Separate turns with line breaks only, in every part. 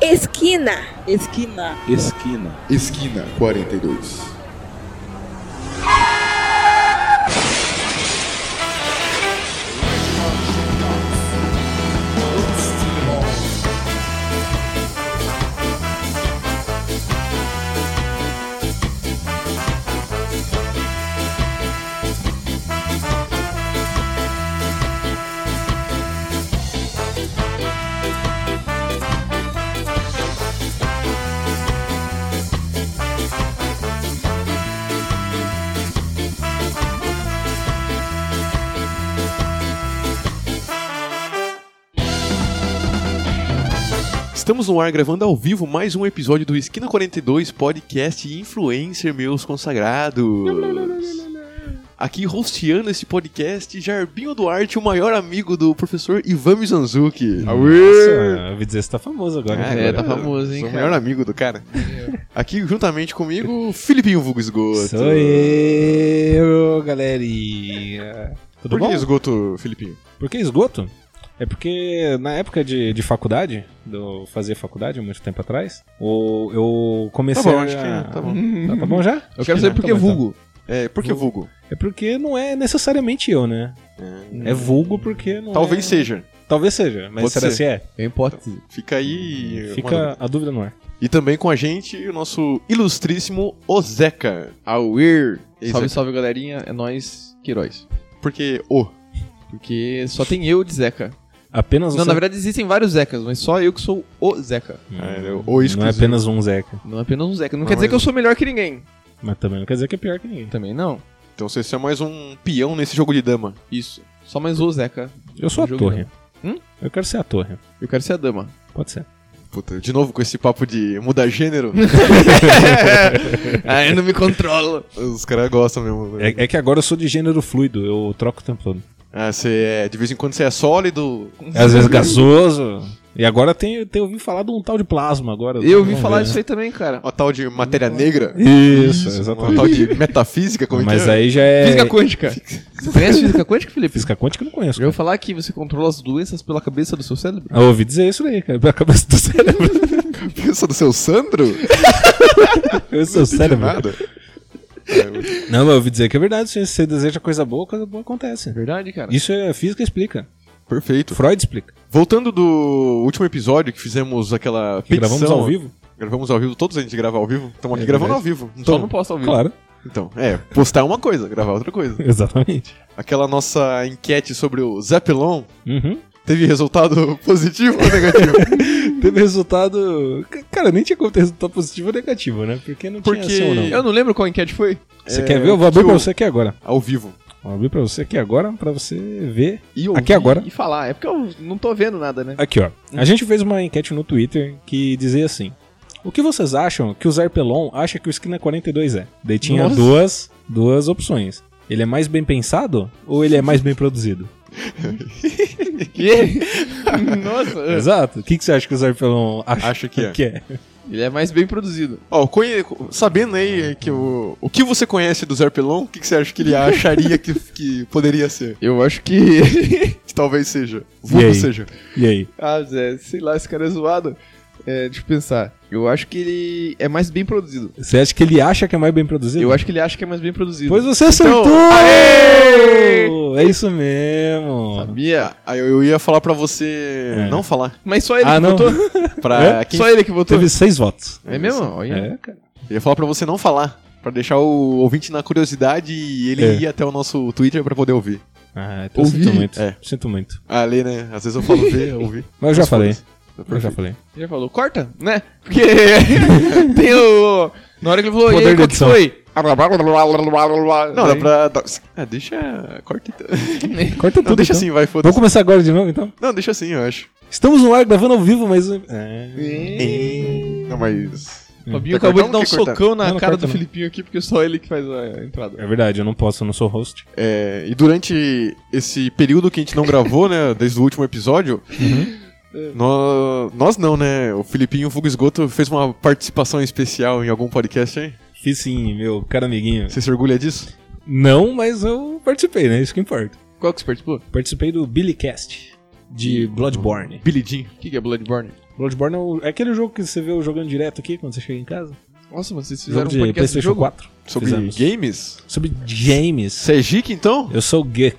Esquina.
Esquina.
Esquina.
Esquina 42.
Estamos no ar gravando ao vivo mais um episódio do Esquina 42 Podcast Influencer, meus consagrados. Aqui hosteando esse podcast, Jarbinho Duarte, o maior amigo do professor Ivan Mizanzuki.
Nossa, ouvi dizer, você tá famoso agora.
Ah,
né,
é,
agora.
tá famoso, hein?
Sou
O maior amigo do cara. Aqui juntamente comigo, Filipinho Vulgo Esgoto.
Sou eu, galerinha. Tudo
Por que
bom?
esgoto, Filipinho?
Por que esgoto? É porque na época de, de faculdade, do fazia faculdade muito tempo atrás, o, eu comecei
Tá bom,
a...
acho que tá bom.
Tá, tá bom já?
Eu quero saber por que vulgo. É, por que vulgo?
É porque não é necessariamente eu, né? É vulgo porque não
Talvez
é-
seja.
Talvez seja, mas
Pode
será
ser.
se é?
É hipótese.
Fica aí. uma
Fica a dúvida no ar.
E também com a gente o nosso ilustríssimo Ozeca. Awir.
Salve, salve, galerinha. É nós, Queiroz.
Porque o.
Porque só tem eu de Zeca.
Apenas um
Não, na
Zeca.
verdade existem vários Zecas, mas só eu que sou o Zeca.
É, o
Não é
exclusivo.
apenas um Zeca.
Não é apenas um Zeca. Não,
Não,
quer dizer
mas-
que eu sou melhor que ninguém.
Mas também não quer dizer que é pior que ninguém.
Também não.
Então você é mais um peão nesse jogo de dama.
Isso. Só mais o Zeca.
Eu sou a
No jogo,
torre.
Hum?
Eu quero ser a torre.
Eu quero ser a dama.
Pode ser.
Puta, de novo com esse papo de mudar gênero.
ah, eu não me controlo.
Os caras gostam mesmo.
É, é que agora eu sou de gênero fluido, eu troco o tempo todo.
Ah, você é. De vez em quando você é sólido.
Às
Uhum.
vezes gasoso. E agora tem, tem ouvi falar de um tal de plasma agora.
Eu ouvi
é.
falar disso aí também, cara.
Uma tal de matéria negra.
Isso,
Uma
exatamente.
tal de metafísica, como é que
Mas
é?
aí já é.
Física quântica. Você conhece física quântica, Felipe?
Física quântica eu não conheço.
Já ouviu falar que você controla as doenças pela cabeça do seu cérebro?
Eu ouvi dizer isso daí, cara. Pela cabeça do cérebro.
Pensa do seu Sandro?
Eu sou cérebro.
Nada.
Não, mas eu ouvi dizer que é verdade. Se você deseja coisa boa, coisa boa acontece.
Verdade, cara.
Isso é física explica.
Perfeito.
Freud explica.
Voltando do último episódio que fizemos aquela
Que
petição.
gravamos
né?
ao vivo.
Gravamos ao vivo, todos a gente grava ao vivo. Estamos aqui
É
gravando ao vivo.
Só
Então,
não posso ouvir.
Claro,
então, é, postar é uma coisa, gravar é outra coisa.
exatamente.
Aquela nossa enquete sobre o Zepelon
Uhum.
teve resultado positivo ou negativo?
Teve resultado. C- Cara, nem tinha como ter resultado positivo ou negativo, né? Porque não
Porque-
tinha ação, não.
Eu não lembro qual enquete foi.
Você
É,
quer ver? Eu vou abrir
que
pra
eu-
você aqui agora.
ao vivo.
Vou abrir pra você aqui agora pra você ver.
E ouvir.
Aqui agora.
E falar. É porque eu não tô vendo nada, né?
Aqui, ó.
Uhum.
A gente fez uma enquete no Twitter que dizia assim: O que vocês acham que o Zarpelon acha que o Esquina 42 é? Daí tinha
Nossa.
duas, duas opções. Ele é mais bem pensado ou ele é mais bem produzido?
Que? Nossa.
Exato. O que, que você acha que o Zarpelon acha
É. Acho que é.
Ele é mais bem produzido.
Ó, conhe- sabendo
É.
aí que o... o que você conhece do Zepelon, o que, que você acha que ele acharia que, que poderia ser?
Eu acho que.
Que talvez seja.
E
Vulgo
aí?
seja.
E aí?
ah, Zé, sei lá, esse cara é zoado. É, deixa eu pensar. Eu acho que ele é mais bem produzido.
Você acha que ele acha que é mais bem produzido?
Eu acho que ele acha que é mais bem produzido.
Pois você acertou! É isso mesmo.
Sabia?
Aí eu ia falar pra você
É.
não falar.
Mas só ele
Ah,
que
não. É?
votou. É,
Pra quem...
Só ele que votou.
Teve seis votos.
É mesmo? Olha.
É, cara.
Eu ia falar pra você não falar. Pra deixar o ouvinte na curiosidade e ele
É.
ir até o nosso Twitter pra poder ouvir.
Ah, então
Ouvi.
sinto muito.
É.
Sinto muito.
Ali, né? Às vezes eu falo ver, ouvir.
Mas tá eu já falei. Eu já
Perfeito.
falei.
Já falou, corta, né? Porque tem o. Na hora que ele falou,
Poder
e
da
aí, qual que
edição.
foi?
Não, dá pra. dar- Ah, deixa. Corta então.
Corta tudo.
Não, deixa
então.
assim, vai,
Vamos
foda-se.
começar agora de novo, então?
Não, deixa assim, eu acho.
Estamos no ar gravando ao vivo, mas. É.
Não, mas.
Tá
O Fabinho
Quer cortar
acabou de
ou
dar um
quer cortar?
socão na
Não, não
cara
corta,
do
não.
Filipinho aqui, porque é só ele que faz a entrada.
É verdade, eu não posso, eu não sou host.
É, e durante esse período que a gente não gravou, né? Desde o último episódio. nó- Nós, não, né? O Filipinho Fogo Esgoto fez uma participação especial em algum podcast, hein?
Fiz sim, meu caro amiguinho.
Você se orgulha disso?
Não, mas eu participei, né? Isso que importa.
Qual que você participou?
Participei do Billycast de Bloodborne.
Billy Jean.
O que, que é Bloodborne?
Bloodborne é, o- é aquele jogo que você vê eu jogando direto aqui quando você chega em casa.
Nossa, mano, vocês fizeram
Jogo
um
de
podcast do
PlayStation
jogo?
4.
Sobre
Fizemos.
games?
Sobre James.
Você é geek, então?
Eu sou geek.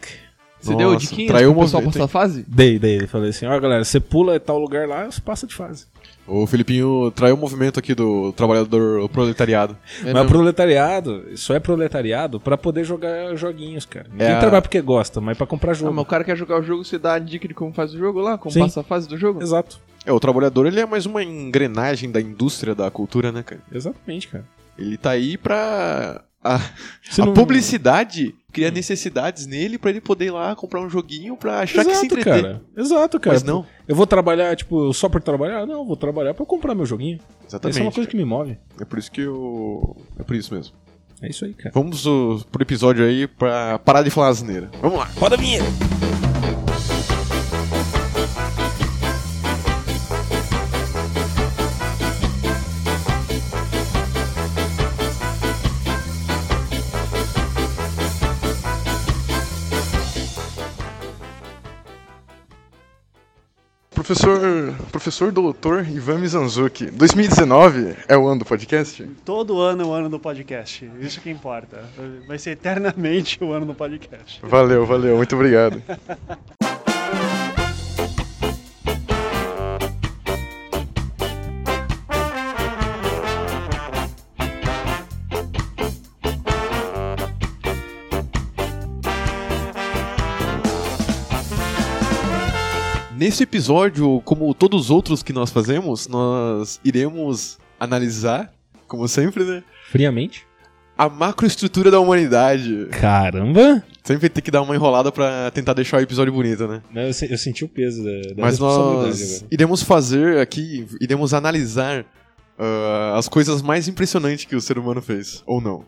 Você deu
Nossa,
diquinhas
traiu
pro
o
pessoal
movimento,
passar fase?
Dei, dei. Eu Falei assim, ó galera, você pula tal lugar lá, você passa de fase.
O Felipinho traiu o movimento aqui do trabalhador proletariado.
É
mas
mesmo.
proletariado, só é proletariado pra poder jogar joguinhos, cara. Ninguém
É a-
trabalha porque gosta, mas pra comprar jogo.
Ah, mas o cara quer jogar o jogo, você dá a dica de como faz o jogo lá, como
Sim.
passa a fase do jogo?
Exato.
É, o trabalhador ele é mais uma engrenagem da indústria da cultura, né, cara?
Exatamente, cara.
Ele tá aí pra. A,
Você
a
não-
publicidade cria necessidades nele pra ele poder ir lá comprar um joguinho pra achar que se
Exato,
entreter.
cara. Exato, cara. é
Mas não.
Eu vou trabalhar, tipo, só por trabalhar? Não, eu vou trabalhar pra comprar meu joguinho.
Exatamente.
Essa é uma coisa que me move.
É por isso que eu. É por isso mesmo.
É isso aí, cara.
Vamos ô, pro episódio aí pra parar de falar asneira. Vamos lá.
Roda a vinheta!
Professor, professor doutor Ivan Mizanzuki, 2019 é o ano do podcast?
Todo ano é o ano do podcast. Isso que importa. Vai ser eternamente o ano do podcast.
Valeu, valeu, muito obrigado.
Nesse episódio, como todos os outros que nós fazemos, nós iremos analisar, como sempre, né?
Friamente?
A macroestrutura da humanidade.
Caramba!
Sempre tem que dar uma enrolada pra tentar deixar o episódio bonito, né?
Eu, se- eu senti o peso da, da
Mas
responsabilidade
né,
nós
agora.
iremos fazer aqui, iremos analisar ah, as coisas mais impressionantes que o ser humano fez. Ou não.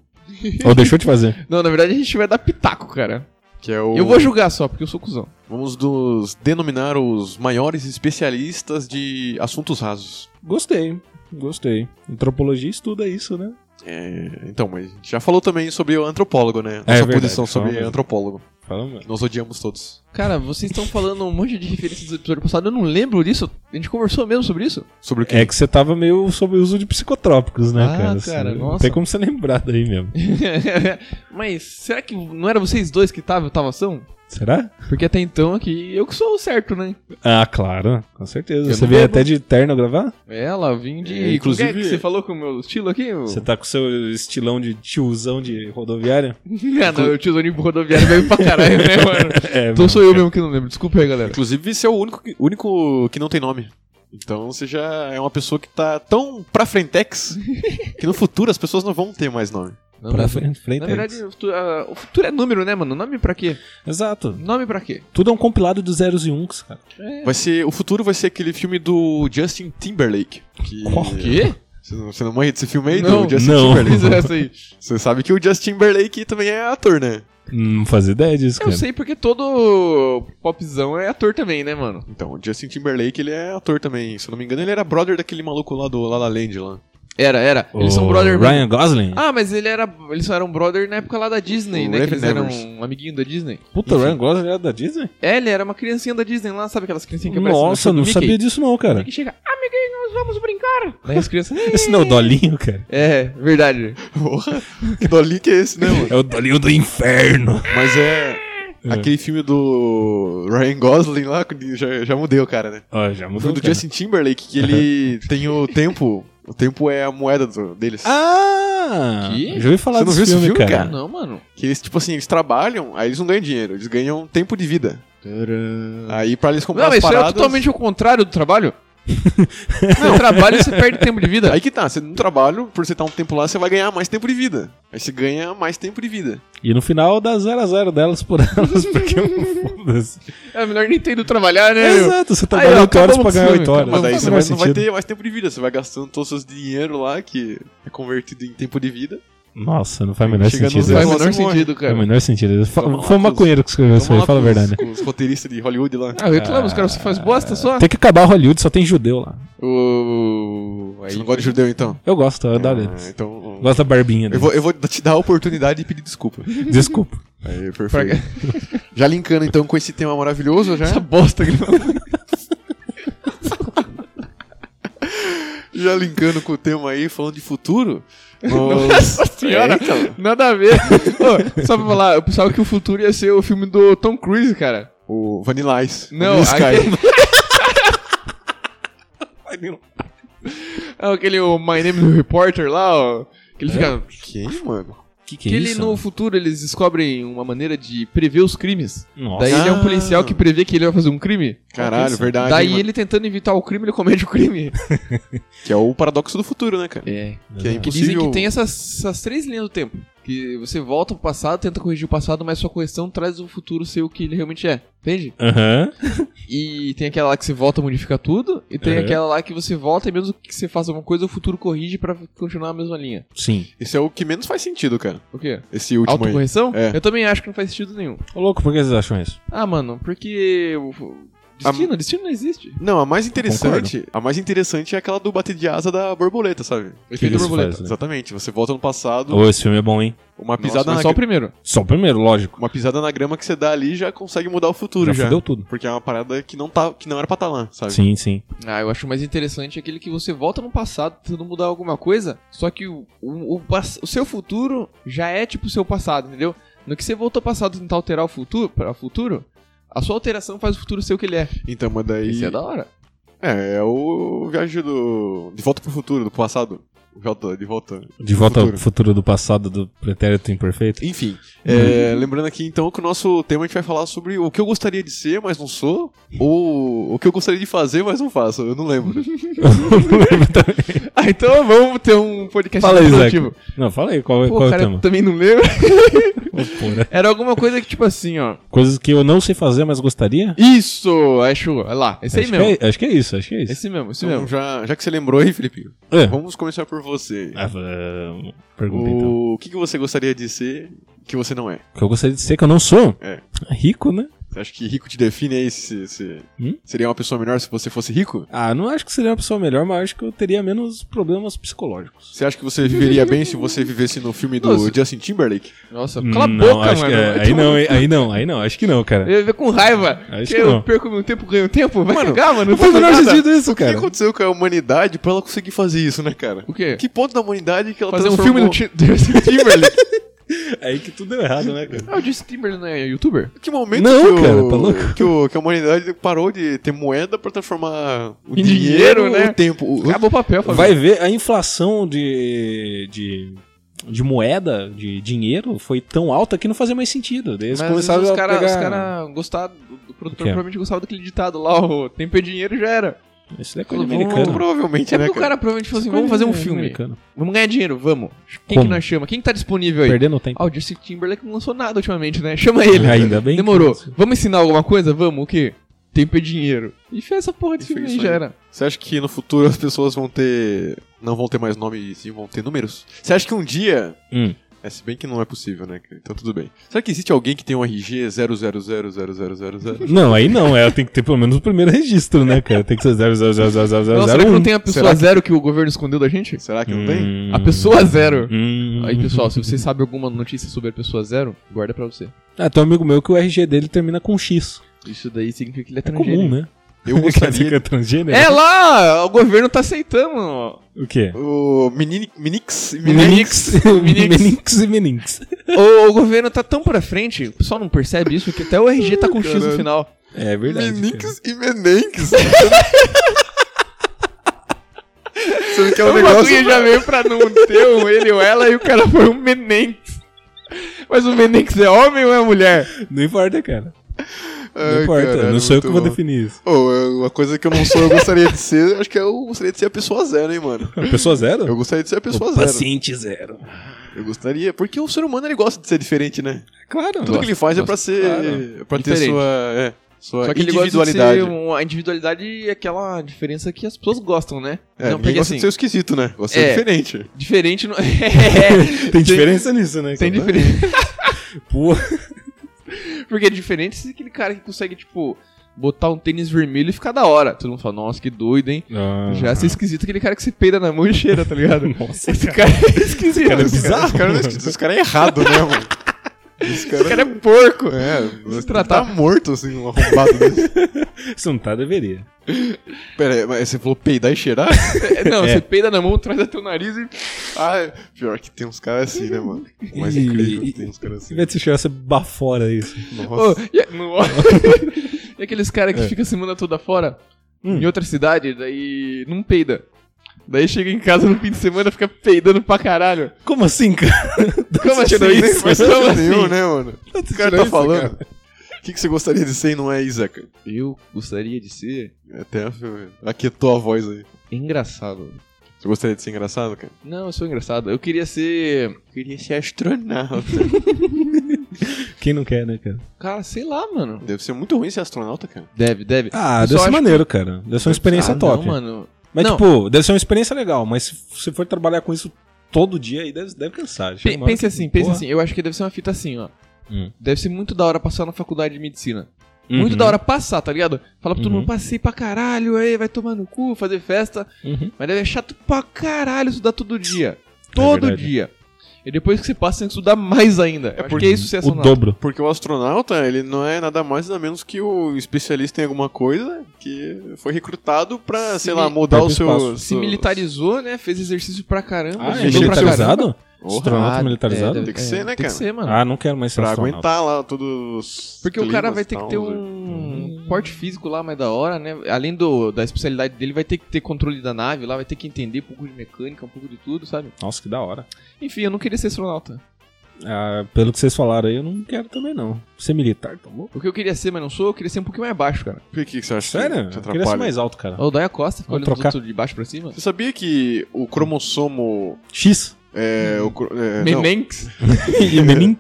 Ou deixou de fazer.
Não, na verdade a gente vai dar pitaco, cara.
Que é o.
Eu vou julgar só, porque eu sou cuzão.
Vamos nos denominar os maiores especialistas de assuntos rasos.
Gostei, gostei. Antropologia estuda isso, né?
É, então, mas a gente já falou também sobre o antropólogo, né? Nossa
É verdade,
posição sobre
falamos.
antropólogo.
Fala, mano.
Nós odiamos todos.
Cara, vocês estão falando um monte de referências do episódio passado, eu não lembro disso. A gente conversou mesmo sobre isso?
Sobre o que?
É que você tava meio sobre o uso de psicotrópicos, né,
Ah,
cara?
cara,
Não
nossa.
tem como você lembrar daí mesmo.
Mas será que não era vocês dois que estavam, tava são?
Será?
Porque até então aqui eu que sou o certo, né?
Ah, claro, com certeza.
Eu
você
não
veio
lembro.
até de terno gravar?
Ela, vim de.
É, inclusive-
Como é que você falou com o meu estilo aqui? Ah, meu?
Você tá com seu estilão de tiozão de rodoviária?
ah, não, eu te usando em rodoviário mesmo pra caralho, né, mano?
é,
Então sou eu mesmo que não lembro, desculpa aí, galera.
Inclusive, você é o único que, único que não tem nome. Então você já é uma pessoa que tá tão pra frentex que no futuro as pessoas não vão ter mais nome.
Não,
Pra
não.
frente, frente
Na
é
verdade,
isso.
o futuro, ah, o futuro é número, né, mano? Nome pra quê?
Exato.
Nome pra quê?
Tudo é um compilado de zeros e uns, cara.
Vai ser, o futuro vai ser aquele filme do Justin Timberlake. Que...
Qual?
Quê?
Você não, você não manha desse filme aí
é? Não,
do Justin
não.
Fiz
Timberlake?
essa aí.
Você sabe que o Justin Timberlake também é ator, né?
Não fazia Hum, ideia disso,
Eu
cara.
sei porque todo popzão é ator também, né, mano?
Então, o Justin Timberlake, ele é ator também. Se eu não me engano, ele era brother daquele maluco lá do La La Land lá.
Era, era. Eles são
O
brother mesmo.
Ryan Gosling?
Ah, mas ele era, eles só eram brother na época lá da Disney,
O
né? Que eles
Raven
eram
Evers.
um amiguinho da Disney.
Puta, o Ryan Gosling era da Disney?
É, ele era uma criancinha da Disney lá, sabe aquelas criancinhas que aparecem no
Nossa,
show do
não
Mickey?
sabia disso não, cara.
Que chega, amiguinhos, vamos brincar. Daí as crianças...
Esse não é o Dolinho, cara.
É, verdade.
Porra, que dolinho que é esse, né, mano?
É o Dolinho do Inferno.
Mas é... Aquele filme do Ryan Gosling lá, que já, já mudei o cara, né?
Ó, já
O
mudou,
filme do
cara.
Justin Timberlake, que ele tem o tempo... O tempo é a moeda do- deles.
Ah!
Que?
Já ouvi falar
Você não
desse
viu esse
filme,
filme,
cara.
cara?
Não, mano.
Que eles, tipo assim, eles trabalham, aí eles não ganham dinheiro, eles ganham tempo de vida. Aí pra eles comprar
Não, mas
as
isso é
paradas...
totalmente ao contrário do trabalho. No trabalho você perde tempo de vida.
Aí que tá, você no trabalho, por você estar um tempo lá, você vai ganhar mais tempo de vida. Aí você ganha mais tempo de vida.
E no final dá 0x0 zero a zero delas por elas, porque é um foda-se.
É melhor nem ter ido trabalhar,
É,
né? meu?
Exato, você trabalha
ó,
8 horas pra
acabamos com
ganhar
o filme,
8 horas.
acabamos.
Mas aí
faz
você vai-
faz
não vai
sentido.
ter mais tempo de vida, você vai gastando todo o seu dinheiro lá, que é convertido em tempo de vida.
Nossa, não faz o menor
Chega no
sentido.
zero.
Faz
isso.
o menor
Você morre.
sentido,
Faz o
cara.
menor sentido. Fa-
Vamos lá
Foi um
pros-
maconheiro que escreveu isso aí,
Vamos lá
fala a
pros-
verdade.
Os roteiristas de Hollywood lá.
Ah, reclama, os caras, você faz bosta só.
Tem que acabar Hollywood, só tem judeu lá.
O...
Você não gosta de judeu, então?
Eu gosto, eu adoro
Ah,
eles.
então...
Gosto da barbinha
Eu
deles.
vou, eu vou te dar a oportunidade de pedir desculpa.
Desculpa.
É,
Aí, perfeito. Já linkando então com esse tema maravilhoso, já.
Essa bosta que ele
Já linkando com o tema aí, falando de futuro. Nossa É, então,
senhora. Nada a ver. Ô, só pra falar, eu pensava que o futuro ia ser o filme do Tom Cruise, cara.
O Vanilla Ice.
Não,
Vanilla Sky.
É Aquele o My Name is Reporter lá, ó. Que ele fica.
Que, mano?
Que que
Que
é
ele
isso?
no futuro eles descobrem uma maneira de prever os crimes.
Nossa.
Daí ele é um
Ah.
policial que prevê que ele vai fazer um crime.
Caralho, verdade. hein,
Daí
mano?
ele tentando evitar o crime, ele comete o crime.
Que é o paradoxo do futuro, né, cara?
É.
Que é
Que dizem
impossível.
que tem essas, essas três linhas do tempo. Que você volta pro passado, tenta corrigir o passado, mas sua correção traz o futuro ser o que ele realmente é. Entende?
Aham.
E tem aquela lá que você volta e modifica tudo. E tem
Uhum.
aquela lá que você volta e mesmo que você faça alguma coisa, o futuro corrige pra continuar a mesma linha.
Sim.
Esse é o que menos faz sentido, cara.
O quê?
Esse último aí.
Autocorreção?
É.
Eu também acho que não faz sentido nenhum.
Ô, louco, por que vocês acham isso?
Ah, mano, porque. o- o Destino, destino não existe.
Não, a mais interessante, a mais interessante é aquela do bater de asa da borboleta, sabe?
Efeito
isso
borboleta.
faz, né?
Exatamente. Você volta no passado,
Ô, esse filme é bom, hein?
uma
Nossa,
pisada
mas
na
só o primeiro.
Só o primeiro, lógico.
uma pisada na grama que você dá ali já consegue mudar o futuro
Já,
já.
fudeu tudo.
Porque é uma parada que não tá, que não era pra estar lá, sabe?
Sim, sim.
Ah, eu acho mais interessante aquele que você volta no passado tentando mudar alguma coisa, só que o, o, o pass- o seu futuro já é tipo o seu passado, entendeu? No que você voltou ao passado tentar alterar o futuro, para o futuro, a sua alteração faz o futuro ser o que ele é.
Então, mas daí
Isso é da hora.
É, é o viagem do de volta pro futuro, do passado. De volta, de volta.
De volta
futuro.
ao futuro do passado do pretérito imperfeito.
Enfim, é,
Uhum.
lembrando aqui então que o nosso tema a gente vai falar sobre o que eu gostaria de ser, mas não sou, ou o que eu gostaria de fazer, mas não faço. Eu não lembro.
Ah, então vamos ter um podcast
Fala aí,
alternativo.
Não, fala aí, qual, é-
Pô,
qual é o
cara,
tema?
eu também não lembro.
Ô, porra.
Era alguma coisa que tipo assim, ó.
Coisas que eu não sei fazer, mas gostaria?
Isso, acho, olha lá, esse aí
acho,
mesmo.
Que é, acho que é isso, acho que é isso.
Esse mesmo, esse
Então,
mesmo.
já, já que você lembrou aí, Felipe,
É.
vamos começar por você.
Ah, ah, pergunta então.
O que, que você gostaria de ser que você não é?
O que eu gostaria de ser que eu não sou?
É.
Rico, né?
Você acha que rico te define aí? Se, se-
Hum?
Seria uma pessoa melhor se você fosse rico?
Ah, não acho que seria uma pessoa melhor, mas acho que eu teria menos problemas psicológicos.
Você acha que você viveria bem se você vivesse no filme do
Nossa.
Justin Timberlake?
Nossa, cala a
Hum,
boca,
não, acho
mano.
que- é,
Vai
aí
tomar
não, hein? aí não, aí não, acho que não, cara.
Eu ia ver com raiva.
Acho
que
que
eu
não.
perco meu tempo, ganho tempo. Vai
Mano,
cagar, mano. Não
vou
faz o menor
fazer nada.
sentido isso,
O que
cara.
aconteceu com a humanidade pra ela conseguir fazer isso, né, cara?
O quê?
Que ponto da humanidade que ela
Fazer um filme
transformou...
do Ti- do Timberlake.
É Aí que tudo deu errado, né, cara?
Ah, o Justin Timberlake não é youtuber?
Que momento
Não,
que,
cara,
o,
tá louco?
que, o- que a humanidade parou de ter moeda pra transformar o
Em
dinheiro,
dinheiro, né?
o tempo. O-
Acabou o papel, Fabio.
Vai ver, a inflação de, de, de moeda, de dinheiro, foi tão alta que não fazia mais sentido. Daí eles
Mas os
começaram a
caras
pegar...
gostaram, o produtor
quê?
provavelmente gostava daquele ditado lá, o tempo é dinheiro e já era.
Isso daí é coisa
Vamos-
americana.
Provavelmente,
É
né,
porque o
cara?
cara provavelmente falou assim,
Isso é
vamos
coisa
fazer um filme,
americana.
vamos ganhar dinheiro, vamos. Quem
Como?
que nós chama? Quem que tá disponível aí?
Perdendo tempo.
Ah, o Justin Timberlake não lançou nada ultimamente, né? Chama ele.
Ainda bem que
Demorou.
lançou.
Vamos ensinar alguma coisa? Vamos, o quê? Tempo é dinheiro. E fez essa porra de
E fez
filme aí,
isso
já
aí.
era.
Você acha que no futuro as pessoas vão ter... Não vão ter mais nome e sim vão ter números? Você acha que um dia...
Hum.
É, se bem que não é possível, né? cara? Então tudo bem. Será que existe alguém que tem um RG 0000000?
Não, aí não, é, tem que ter pelo menos o primeiro registro, né, cara? Tem que ser
Não, será
0000001.
que não tem a pessoa
Será
zero que o governo escondeu da gente?
Será que não tem?
A pessoa zero.
Hum.
Aí, pessoal, se você sabe alguma notícia sobre a pessoa zero, guarda pra você.
Ah, tem um amigo meu que o RG dele termina com X.
Isso daí significa que ele é
É comum,
transgênero.
né?
Eu
Quer dizer que
gostaria...
é transgênero?
É lá! O governo tá aceitando, ó.
O quê?
O Menini- Minix...
Meninx.
Meninx.
Meninx e Meninx.
O, o governo tá tão pra frente, o pessoal não percebe isso, que até o RG tá com X no
Caralho.
final.
É verdade. cara.
Meninx e Menenx. Você quer um
o bagulho
negócio...
É já veio pra não ter um ele ou ela e o cara foi um Menenx. Mas o Menenx é homem ou é mulher?
Não importa, cara. Não
Ai,
importa.
caralho,
não sou eu
muito
que vou
bom.
definir isso.
Ô, é uma coisa que eu não sou, eu gostaria de ser, acho que é eu gostaria de ser a pessoa zero, hein, mano.
Pessoa zero?
Eu gostaria de ser a pessoa
O
zero.
Paciente zero.
Eu gostaria, porque o ser humano ele gosta de ser diferente, né?
Claro.
Tudo que ele faz é pra ser.
claro.
pra ter
Diferente.
sua. É, sua
Só que ele gosta de
individualidade.
ser um- a individualidade é aquela diferença que as pessoas gostam, né?
É,
não,
ninguém
porque
gosta
assim,
de ser esquisito, né? Gosta de
É.
ser diferente.
diferente não... É,
Tem diferença nisso, né?
tem
cara?
diferença.
Pô,
Porque é diferente se aquele cara que consegue, tipo, botar um tênis vermelho e ficar da hora. Todo mundo fala, nossa, que doido, hein? Já se esquisito aquele cara que se peida na mão e cheira, tá ligado?
Nossa,
Esse cara é esquisito.
cara é
esse
bizarro.
Esse cara não é esquisito, esse cara é errado, né, mano? Esse
Esse
cara,
cara é porco.
é,
Se
tá
tratar.
morto assim, um arrombado desse.
Se não tá, deveria.
Pera aí, mas você falou peidar e cheirar?
É, Não,
É.
você peida na mão, traz até o nariz e.
Ah, pior que tem uns caras assim, né, mano? O Mais
E-
incrível que
e-
tem uns caras
Se
assim.
vez de se chorar, você bafora isso.
Ô,
Nossa.
e, no- e aqueles caras que
É.
ficam a semana toda fora,
Hum.
em outra cidade, daí não peida. Daí chega em casa no fim de semana e fica peidando pra caralho.
Como assim, cara?
Como assim?
tirou isso?
Mas
Tá Não
como
é
assim?
nenhum, né, mano? O cara tá falando. O que, que você gostaria de ser e não é aí, Zeca? É,
Eu gostaria de ser
Até aquietou a voz aí.
engraçado.
Você gostaria de ser engraçado, cara?
Não, eu sou engraçado. Eu queria ser. Eu queria ser astronauta.
Quem não quer, né, cara?
Cara, sei lá, mano.
Deve ser muito ruim ser astronauta, cara.
Deve, deve.
Ah,
Eu
deve
só
ser
acho
maneiro, cara. Deve ser uma experiência
Ah,
top.
Não, mano.
Mas,
Não.
tipo, deve ser uma experiência legal, mas se você for trabalhar com isso todo dia, aí deve, deve cansar. Chega
Pe-
uma hora
pense
que-
assim, pense
porra.
assim. Eu acho que deve ser uma fita assim, ó.
Hum.
Deve ser muito da hora passar na faculdade de medicina.
Uhum,
assim, Muito da hora passar, tá ligado? Fala pra todo
Uhum.
mundo, passei pra caralho, aí vai tomar no cu, fazer festa.
uhum. É
Mas deve é chato pra caralho estudar todo dia. Todo
verdade.
dia. E depois que você passa, você tem que estudar mais ainda. É porque é isso sucesso
O dobro.
Porque o astronauta, ele não é nada mais nada menos que o especialista em alguma coisa que foi recrutado pra,
Se
sei lá,
mi-
mudar
Vai
o
pro
seu,
espaço.
Se
seu...
militarizou, né? Fez exercício pra caramba. né?
Ah, é
estudou pra caramba. é,
militarizado?
Porra.
Astronauta militarizado?
deve-
Tem que ser, né,
Tem
cara?
que ser, mano.
Ah, não quero mais ser
Pra
astronauta.
aguentar lá todos os
Porque o cara
climas
vai
e
ter que
tal,
ter
né?
Uhum.
um porte físico lá mais da hora, né? Além do, da especialidade dele, vai ter que ter controle da nave lá, vai ter que entender um pouco de mecânica, um pouco de tudo, sabe?
Nossa, que da hora.
Enfim, eu não queria ser astronauta.
Ah, pelo que vocês falaram aí, eu não quero também, não. Ser militar, tá bom?
O que eu queria ser, mas não sou, eu queria ser um pouquinho mais baixo, cara.
Por que, que você acha que
Sério?
você
Eu queria ser
atrapalha?
mais alto, cara.
Ó, O Daya Costa ficou
Vamos
olhando
trocar?
tudo de baixo pra cima.
Você sabia que o cromossomo...
X.
É, o, cro- é, não,
Menenx.
e menin...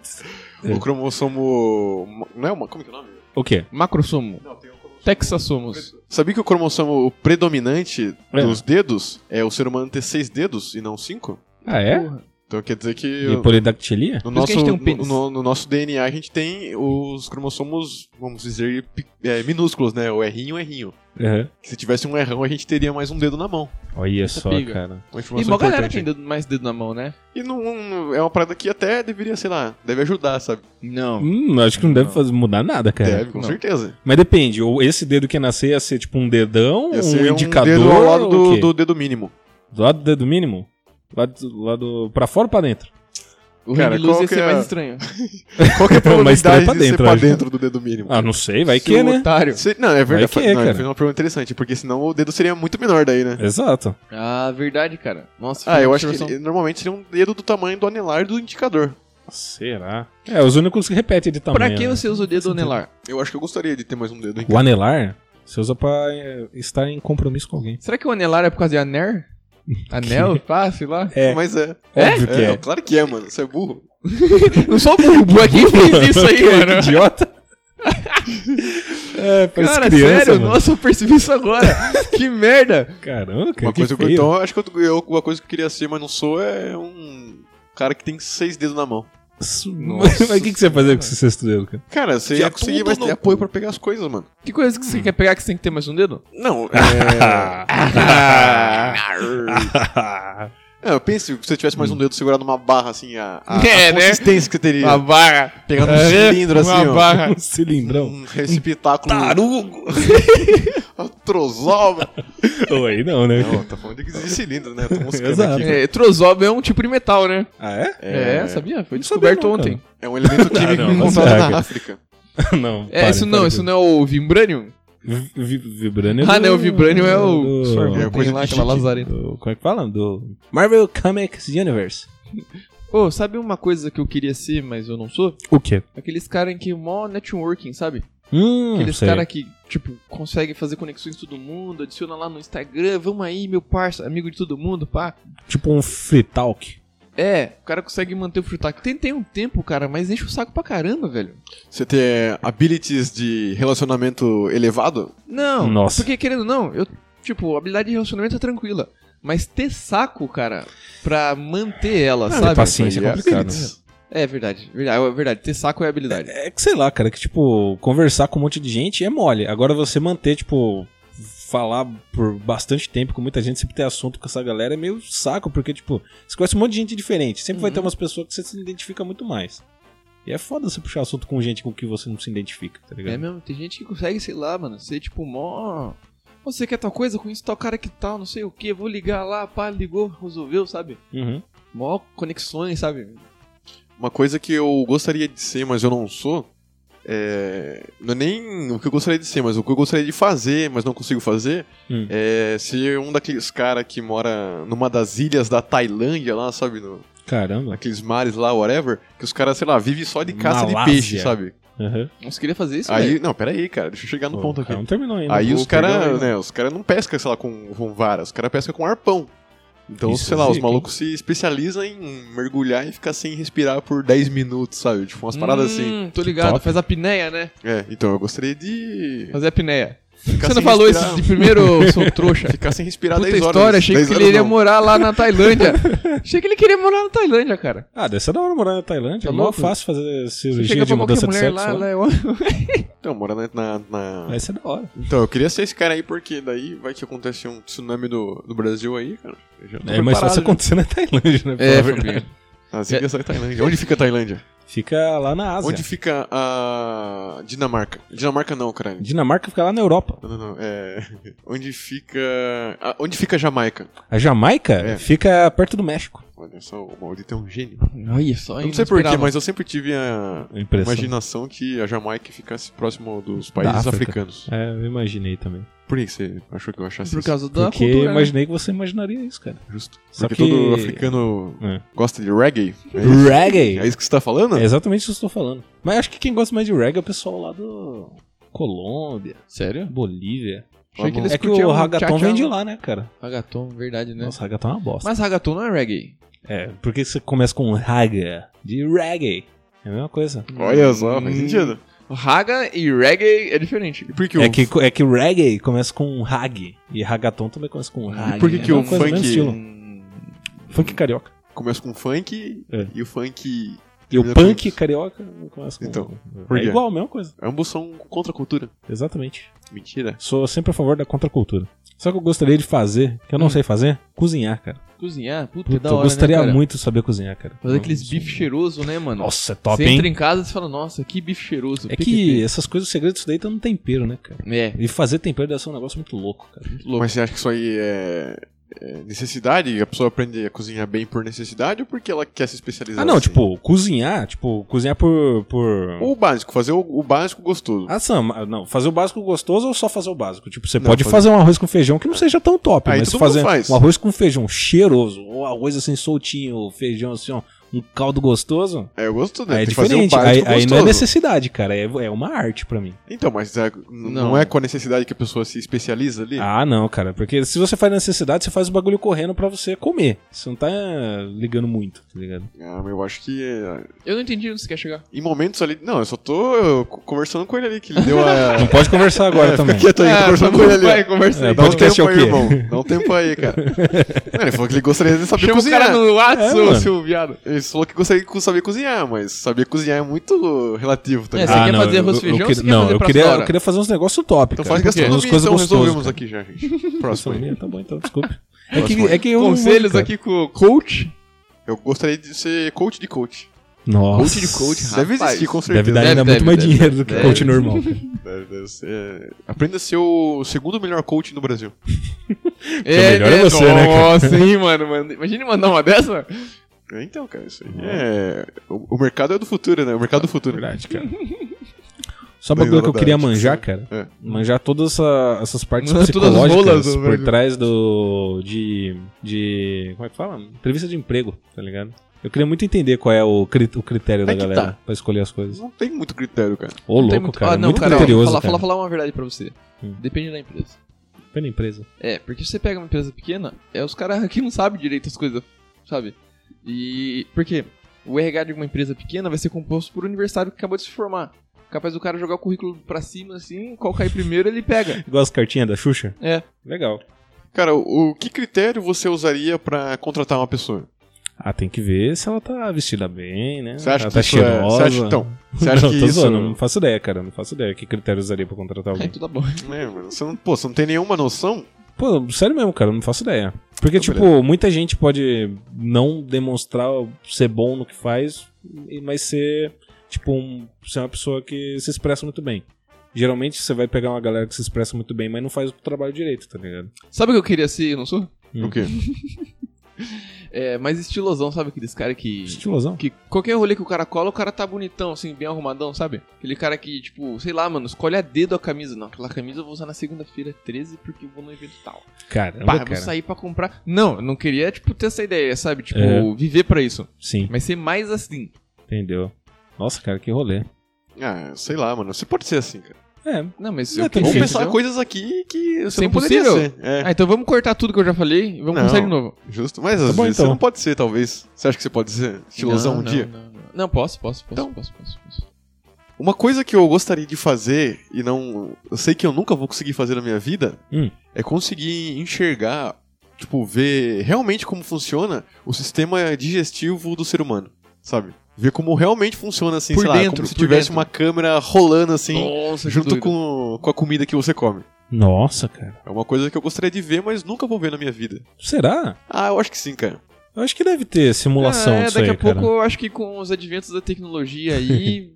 o cromossomo... Não é uma... Como que é o nome?
O quê?
Macrosomo.
Não, tem um cromossomo...
Texasomos.
Sabia que o cromossomo predominante
É.
dos dedos é o ser humano ter seis dedos e não cinco?
Ah, é?
Porra.
Então quer dizer que
E polidactilia?
no,
Por isso
nosso,
que a gente tem um pênis.
no, no nosso DNA a gente tem os cromossomos, vamos dizer, pi- é, minúsculos, né? O errinho, o errinho.
Aham.
Se tivesse um errão, a gente teria mais um dedo na mão.
Olha
Essa
só,
piga.
cara.
Uma
E
informação
mó galera
é importante.
tem dedo- mais dedo na mão, né?
E não, não- é uma parada que até deveria, sei lá, deve ajudar, sabe?
Não.
Hum, acho que não deve
Não.
fazer- mudar nada, cara.
deve, com
não.
certeza.
Mas depende, ou esse dedo que ia nascer ia ser tipo um dedão,
Ia
um
ser
indicador.
dedo ao lado
ou
do,
o quê?
do dedo mínimo.
Do lado do dedo mínimo? Lado, lado pra fora ou pra dentro?
O
Cara,
Cara, Luz
qual
ia
que
ser
é?
mais estranho.
Qual que é
Mas
a probabilidade
estranho pra
de ser
dentro,
pra
acho.
dentro do dedo mínimo?
Ah, não sei, vai que,
Seu
né?
otário.
Se- não, é verdade.
que é,
não,
cara. É.
Fez uma pergunta interessante, porque senão o dedo seria muito menor daí, né?
Exato.
Ah, verdade, cara. Nossa,
Ah,
foi
eu
uma
acho que
observação.
ele- normalmente seria um dedo do tamanho do anelar do indicador.
Será? É, os únicos que repetem de tamanho.
Pra que
né?
você usa o dedo anelar?
Eu acho que eu gostaria de ter mais um dedo, hein?
O anelar, você usa pra é, estar em compromisso com alguém.
Será que o anelar é por causa de aner? Anel? Pá, sei lá.
É,
Mas é.
óbvio
É,
que é.
claro que é, mano. Você é burro.
Não sou burro, aqui fez isso aí, mano.
Idiota. é, parece
Cara,
criança,
sério,
mano.
nossa, eu percebi isso agora. que merda.
Caramba, cara,
Uma
que
coisa que eu,
feio.
então, eu acho que eu, eu- uma coisa que eu queria ser, mas não sou, é um cara que tem seis dedos na mão.
Isso-
Nossa
Mas o que, que você ia fazer com esse sexto dedo, cara?
Cara, você
Que
ia
é
conseguir
tudo
mais
no-
ter apoio pra pegar as coisas, mano.
Que coisa que você quer pegar que você tem que ter mais um dedo?
Não, é. É, eu penso que se você tivesse mais um dedo segurado numa barra, assim, a, a,
É,
a
né?
consistência que você teria.
barra. É,
Pegando um cilindro, assim, ó.
barra.
um cilindrão.
Um receptáculo.
Tarugo!
Um trozoma.
Ô, Aí não, né?
Não, tá falando de de cilindro, né? Tô moscando
Exato.
aqui.
É, trozóbio é um tipo de metal, né?
Ah, é?
É, sabia? Foi
Não sabia
descoberto
não, cara.
ontem.
É um elemento químico
não, mas
encontrado
é,
na África.
não.
É, isso não, isso não é o Vibranium?
Vibranium
Ah, não, o Vibranium é o.
Do,
É coisa
Sorvete, tem
de
lá aquela
chique.
lazareta.
do- como é que fala? Do Marvel Comics Universe.
Ô, sabe uma coisa que eu queria ser, mas eu não sou?
O quê?
Aqueles caras que mó networking, sabe?
Hum,
Aqueles
sei.
caras que, tipo, conseguem fazer conexões com todo mundo, adiciona lá no Instagram, vamos aí, meu parça, amigo de todo mundo, pá.
Tipo um free talk.
É, o cara consegue manter o frutac. Tem, tem um tempo, cara, mas enche o saco pra caramba, velho.
Você ter abilities de relacionamento elevado?
Não,
Nossa.
porque querendo ou não, eu, tipo, a habilidade de relacionamento é tranquila. Mas ter saco, cara, pra manter ela,
Ah,
sabe?
paciência é
Aí
complicado.
abilities.
É verdade, verdade, é verdade. Ter saco é habilidade.
É que sei lá, cara, que tipo, conversar com um monte de gente é mole. Agora você manter, tipo, falar por bastante tempo com muita gente, sempre ter assunto com essa galera é meio
Uhum.
saco, porque, tipo, você conhece um monte de gente diferente. Sempre vai ter umas pessoas que você se identifica muito mais. E é foda você puxar assunto com gente com que você não se identifica, tá ligado?
É mesmo, tem gente que consegue, sei lá, mano, ser tipo mó. Você quer tal coisa? Conheço tal cara que tal, não sei o que, vou ligar lá, pá, ligou, resolveu, sabe?
Uhum.
Mó conexões, sabe?
Uma coisa que eu gostaria de ser, mas eu não sou, é... não é nem o que eu gostaria de ser, mas o que eu gostaria de fazer, mas não consigo fazer,
Hum.
é ser um daqueles cara que mora numa das ilhas da Tailândia lá, sabe? No...
Caramba.
Naqueles mares lá, whatever, que os caras, sei lá, vivem só de caça de
Malásia.
peixe, sabe?
Um
Uhum.
Você queria fazer isso?
Aí,
velho?
não, pera aí, cara, deixa eu chegar no
Pô,
ponto
o
aqui.
cara Não terminou ainda.
Aí
Pô,
os
perdão
caras,
aí.
né, os cara não pescam, sei lá, com, com vara, os caras pescam com arpão. Então,
Isso
sei
é
lá, os
zica,
malucos se especializam em mergulhar e ficar sem respirar por 10 minutos, sabe? Tipo, umas paradas assim.
Hum, Tô ligado,
top.
faz a apneia, né?
É, então eu gostaria de.
Fazer a apneia.
Ficar
Você não
sem
falou
respirar,
isso de primeiro, eu sou trouxa?
Ficar sem respirar
Puta
10 horas.
história, achei
10
que ele
horas
iria
não.
morar lá na Tailândia. achei que ele queria morar na Tailândia, cara.
Ah, deve ser da hora morar na Tailândia.
Tá
É mó
louco?
fácil fazer
Você
cirurgia
chega
de
pra qualquer
mudança de
mulher
sexo. né?
lá, né? é
lá.
lá eu-
Então, morar na, na- na-
Vai ser da hora.
Então, eu queria ser esse cara aí, porque daí vai que acontece um tsunami do, do Brasil aí, cara. Eu já tô
É, mas só
preparado,
se
já.
acontecer na Tailândia, né? pra
É,
falar a verdade.
Fabinho.
Assim que eu saio da Tailândia. Onde fica a Tailândia?
Fica lá na Ásia.
Onde fica a Dinamarca? Dinamarca não, caralho.
Dinamarca fica lá na Europa.
Não, não, não. É... Onde fica. Ah, onde fica a Jamaica?
A Jamaica
É.
fica perto do México.
Olha só, o Maldito é um gênio.
Olha só,
Eu
hein,
não sei porquê,
esperava.
mas eu sempre tive a
A impressão.
imaginação que a Jamaica ficasse próximo dos países
África.
africanos.
É, eu imaginei também.
Por que você achou que eu achasse
Por
isso
causa da
Porque
cultura, né?
imaginei que você imaginaria isso, cara.
justo?
Só
Porque
que-
todo africano
É.
gosta de reggae? É isso?
Reggae!
É isso que você tá falando?
É exatamente isso que eu estou falando. Mas acho que quem gosta mais de reggae é o pessoal lá do. Colômbia,
Sério?
Bolívia.
Achei que eles
É que
um
curtiam
o Hagaton
tchá-tchá,
vem de
né?
lá, né, cara?
Hagaton, verdade, né?
Nossa, Hagaton é uma bosta.
Mas Hagaton não é reggae.
É, porque você começa com Haga de reggae. É a mesma coisa.
Olha só, faz
Hum.
sentido.
Raga e reggae é diferente.
E por que,
É
o...
que, é que reggae começa com hag. E Hagaton também começa com hag.
por que
é a
que o
mesma coisa,
funk-
mesmo estilo.
Hum,
Funk carioca.
começa com funk
É.
e o funk.
E o
Mesma
punk
coisa.
carioca é começa com.
Então, por
é
quê?
igual, a mesma coisa.
Ambos são contra a cultura.
Exatamente.
Mentira.
Sou sempre a favor da contracultura. Só que eu gostaria de fazer, que eu não sei fazer, cozinhar, cara.
Cozinhar, puta,
Puta,
da hora,
eu gostaria
né, cara?
muito de saber cozinhar, cara.
Fazer é aqueles
Nossa.
bife cheiroso, né, mano?
Nossa, é top,
Você entra
hein?
em casa e fala, nossa, que bife cheiroso.
É que
PQP.
essas coisas, o segredo disso daí tá no tempero, né, cara?
É,
E fazer tempero deve ser um negócio muito louco, cara.
Louco.
Mas você acha que isso aí é, é necessidade? A pessoa aprende a cozinhar bem por necessidade ou porque ela quer se especializar?
Ah, não,
assim?
tipo, cozinhar, tipo, cozinhar por. por...
O básico, fazer o, o básico gostoso.
Ah, Sam, não, fazer o básico gostoso ou só fazer o básico? Tipo, você
Não,
pode
fazer-
fazer um arroz com feijão que não seja tão top,
Aí
mas
todo
tu fazer
mundo faz.
um arroz com feijão cheiroso, ou arroz assim soltinho, ou feijão assim, ó, um caldo gostoso,
É, eu gosto, né?
aí é
Tem que fazer o
diferente. Aí,
básico
aí
gostoso.
não é necessidade, cara, é, é uma arte pra mim.
Então, mas é- n- não.
Não.
é com a necessidade que a pessoa se especializa ali?
Ah, não, cara, porque se você faz necessidade, você faz o bagulho correndo pra você comer. Você não tá ligando muito, tá ligado?
Ah, mas eu acho que é,
eu não entendi onde você quer chegar.
em momentos ali... Não, eu só tô co- conversando com ele ali, que ele deu a...
Não pode conversar agora também.
É. Porque eu tô
Ah,
conversando
tá
com
bom,
ele ali.
vai, conversa
É,
aí.
Dá um
podcast
tempo
é o
aí,
quê?
irmão. Dá um tempo aí, cara. Não, ele falou que ele gostaria de saber
Chama o
cozinhar.
cara no WhatsApp,
É, mano.
seu viado.
Ele falou que gostaria de co- saber cozinhar, mas saber cozinhar é muito relativo, tá
É,
ligado?
você quer fazer arroz
Ah, eu-
e feijão
eu,
ou
que-
você quer
Não,
fazer
eu
pra
queria,
fora?
eu queria fazer uns negócios top,
Então
cara.
faz
Umas
gastronomia,
coisas
então
gostosas,
resolvemos
cara.
aqui já, gente. Próximo aí.
Gastronomia, Tá bom, então, desculpa. É
Próximo
que,
aí.
é que eu não manjo,
Conselhos
cara.
aqui com o coach.
Eu gostaria de ser coach de coach.
Nossa.
Coach de coach, rapaz.
Deve existir, com certeza.
Deve dar
Deve,
ainda muito
deve,
mais
deve,
dinheiro do que
deve.
coach normal.
Deve- deve ser. Aprenda a ser o segundo melhor coach no Brasil.
melhor é você, né, cara?
Nossa, hein, mano. mano. Imagina mandar uma dessa.
É, Então, cara, isso
Uhum.
aí. É. O, o mercado é do futuro, né? O mercado do
É
futuro.
Verdade, cara. Só bagulho que eu
Verdade,
queria manjar,
sim.
cara.
É.
Manjar todas essa- essas partes
Manjar todas as
psicológicas
rolas do
por
velho.
trás do. de. de. como é que fala? Entrevista de emprego, tá ligado? Eu queria muito entender qual é o, cri- o critério da
que
galera
tá.
pra escolher as coisas.
Não tem muito critério, cara.
Ô,
Não tem
louco,
muito-
cara.
Ah, não,
muito
cara,
criterioso,
falar,
cara.
falar, falar uma verdade pra você.
Hum.
Depende da empresa.
Pela empresa.
É, porque se você pega uma empresa pequena, é os caras que não sabem direito as coisas, sabe? E. Porque o RH de uma empresa pequena vai ser composto por um universitário que acabou de se formar. Capaz do cara jogar o currículo pra cima, assim, qual cair primeiro ele pega.
Igual as cartinhas da Xuxa?
É.
Legal.
Cara, o, o que critério você usaria pra contratar uma pessoa?
Ah, tem que ver se ela tá vestida bem, né?
Você acha
ela
que
tá
isso é-
cheirosa.
você acha- então, você acha
não,
que
tô
isso-
zoando, não faço ideia, cara. Não faço ideia. Que critério eu usaria pra contratar
Aí
alguém?
tudo tá bom.
É, mano, você não, pô, você não tem nenhuma noção?
Pô, sério mesmo, cara, eu não faço ideia. Porque,
Então,
tipo, muita gente pode não demonstrar ser bom no que faz, e- mas ser tipo, um, você é uma pessoa que se expressa muito bem. Geralmente você vai pegar uma galera que se expressa muito bem, mas não faz o trabalho direito, tá ligado?
Sabe o que eu queria ser, e eu não sou?
O quê?
É, mais estilosão, sabe aqueles cara que...
Estilosão.
Que qualquer rolê que o cara cola, o cara tá bonitão, assim, bem arrumadão, sabe? Aquele cara que, tipo, sei lá, mano, escolhe a dedo a camisa. Não, aquela camisa eu vou usar na segunda-feira 13 porque eu vou no evento tal.
Caramba,
Pá, eu vou
cara.
sair pra comprar. Não, eu não queria, tipo, ter essa ideia, sabe? Tipo,
É.
viver pra isso.
Sim,
Mas ser mais assim.
entendeu. Nossa, cara, que rolê.
Ah, sei lá, mano. Você pode ser assim, cara.
É,
Não, mas
Não é
eu
tão
Ou
difícil,
queria,
pensar
entendeu?
coisas aqui que você
Isso é
não poderia
impossível. É.
ser. É,
Ah, então vamos cortar tudo que eu já falei e vamos
Não.
começar de novo.
justo. Mas às
bom,
vezes
então.
você não pode ser, talvez. Você acha que você pode ser estilosão
Tá Não,
um
não,
dia?
Não, não. Não, posso, posso, posso,
Então.
posso, posso, posso.
Uma coisa que eu gostaria de fazer e não. Eu sei que eu nunca vou conseguir fazer na minha vida
Hum.
é conseguir enxergar, tipo, ver realmente como funciona o sistema digestivo do ser humano, sabe? Ver como realmente funciona assim,
Por
sei lá,
dentro,
como se
por
tivesse
dentro.
uma câmera rolando assim,
Nossa, que
junto
doido.
com, com a comida que você come.
nossa, cara.
É uma coisa que eu gostaria de ver, mas nunca vou ver na minha vida.
Será?
Ah, eu acho que sim, cara.
Eu acho que deve ter simulação
é,
disso
daqui
aí,
a pouco
cara.
eu acho que com os adventos da tecnologia aí.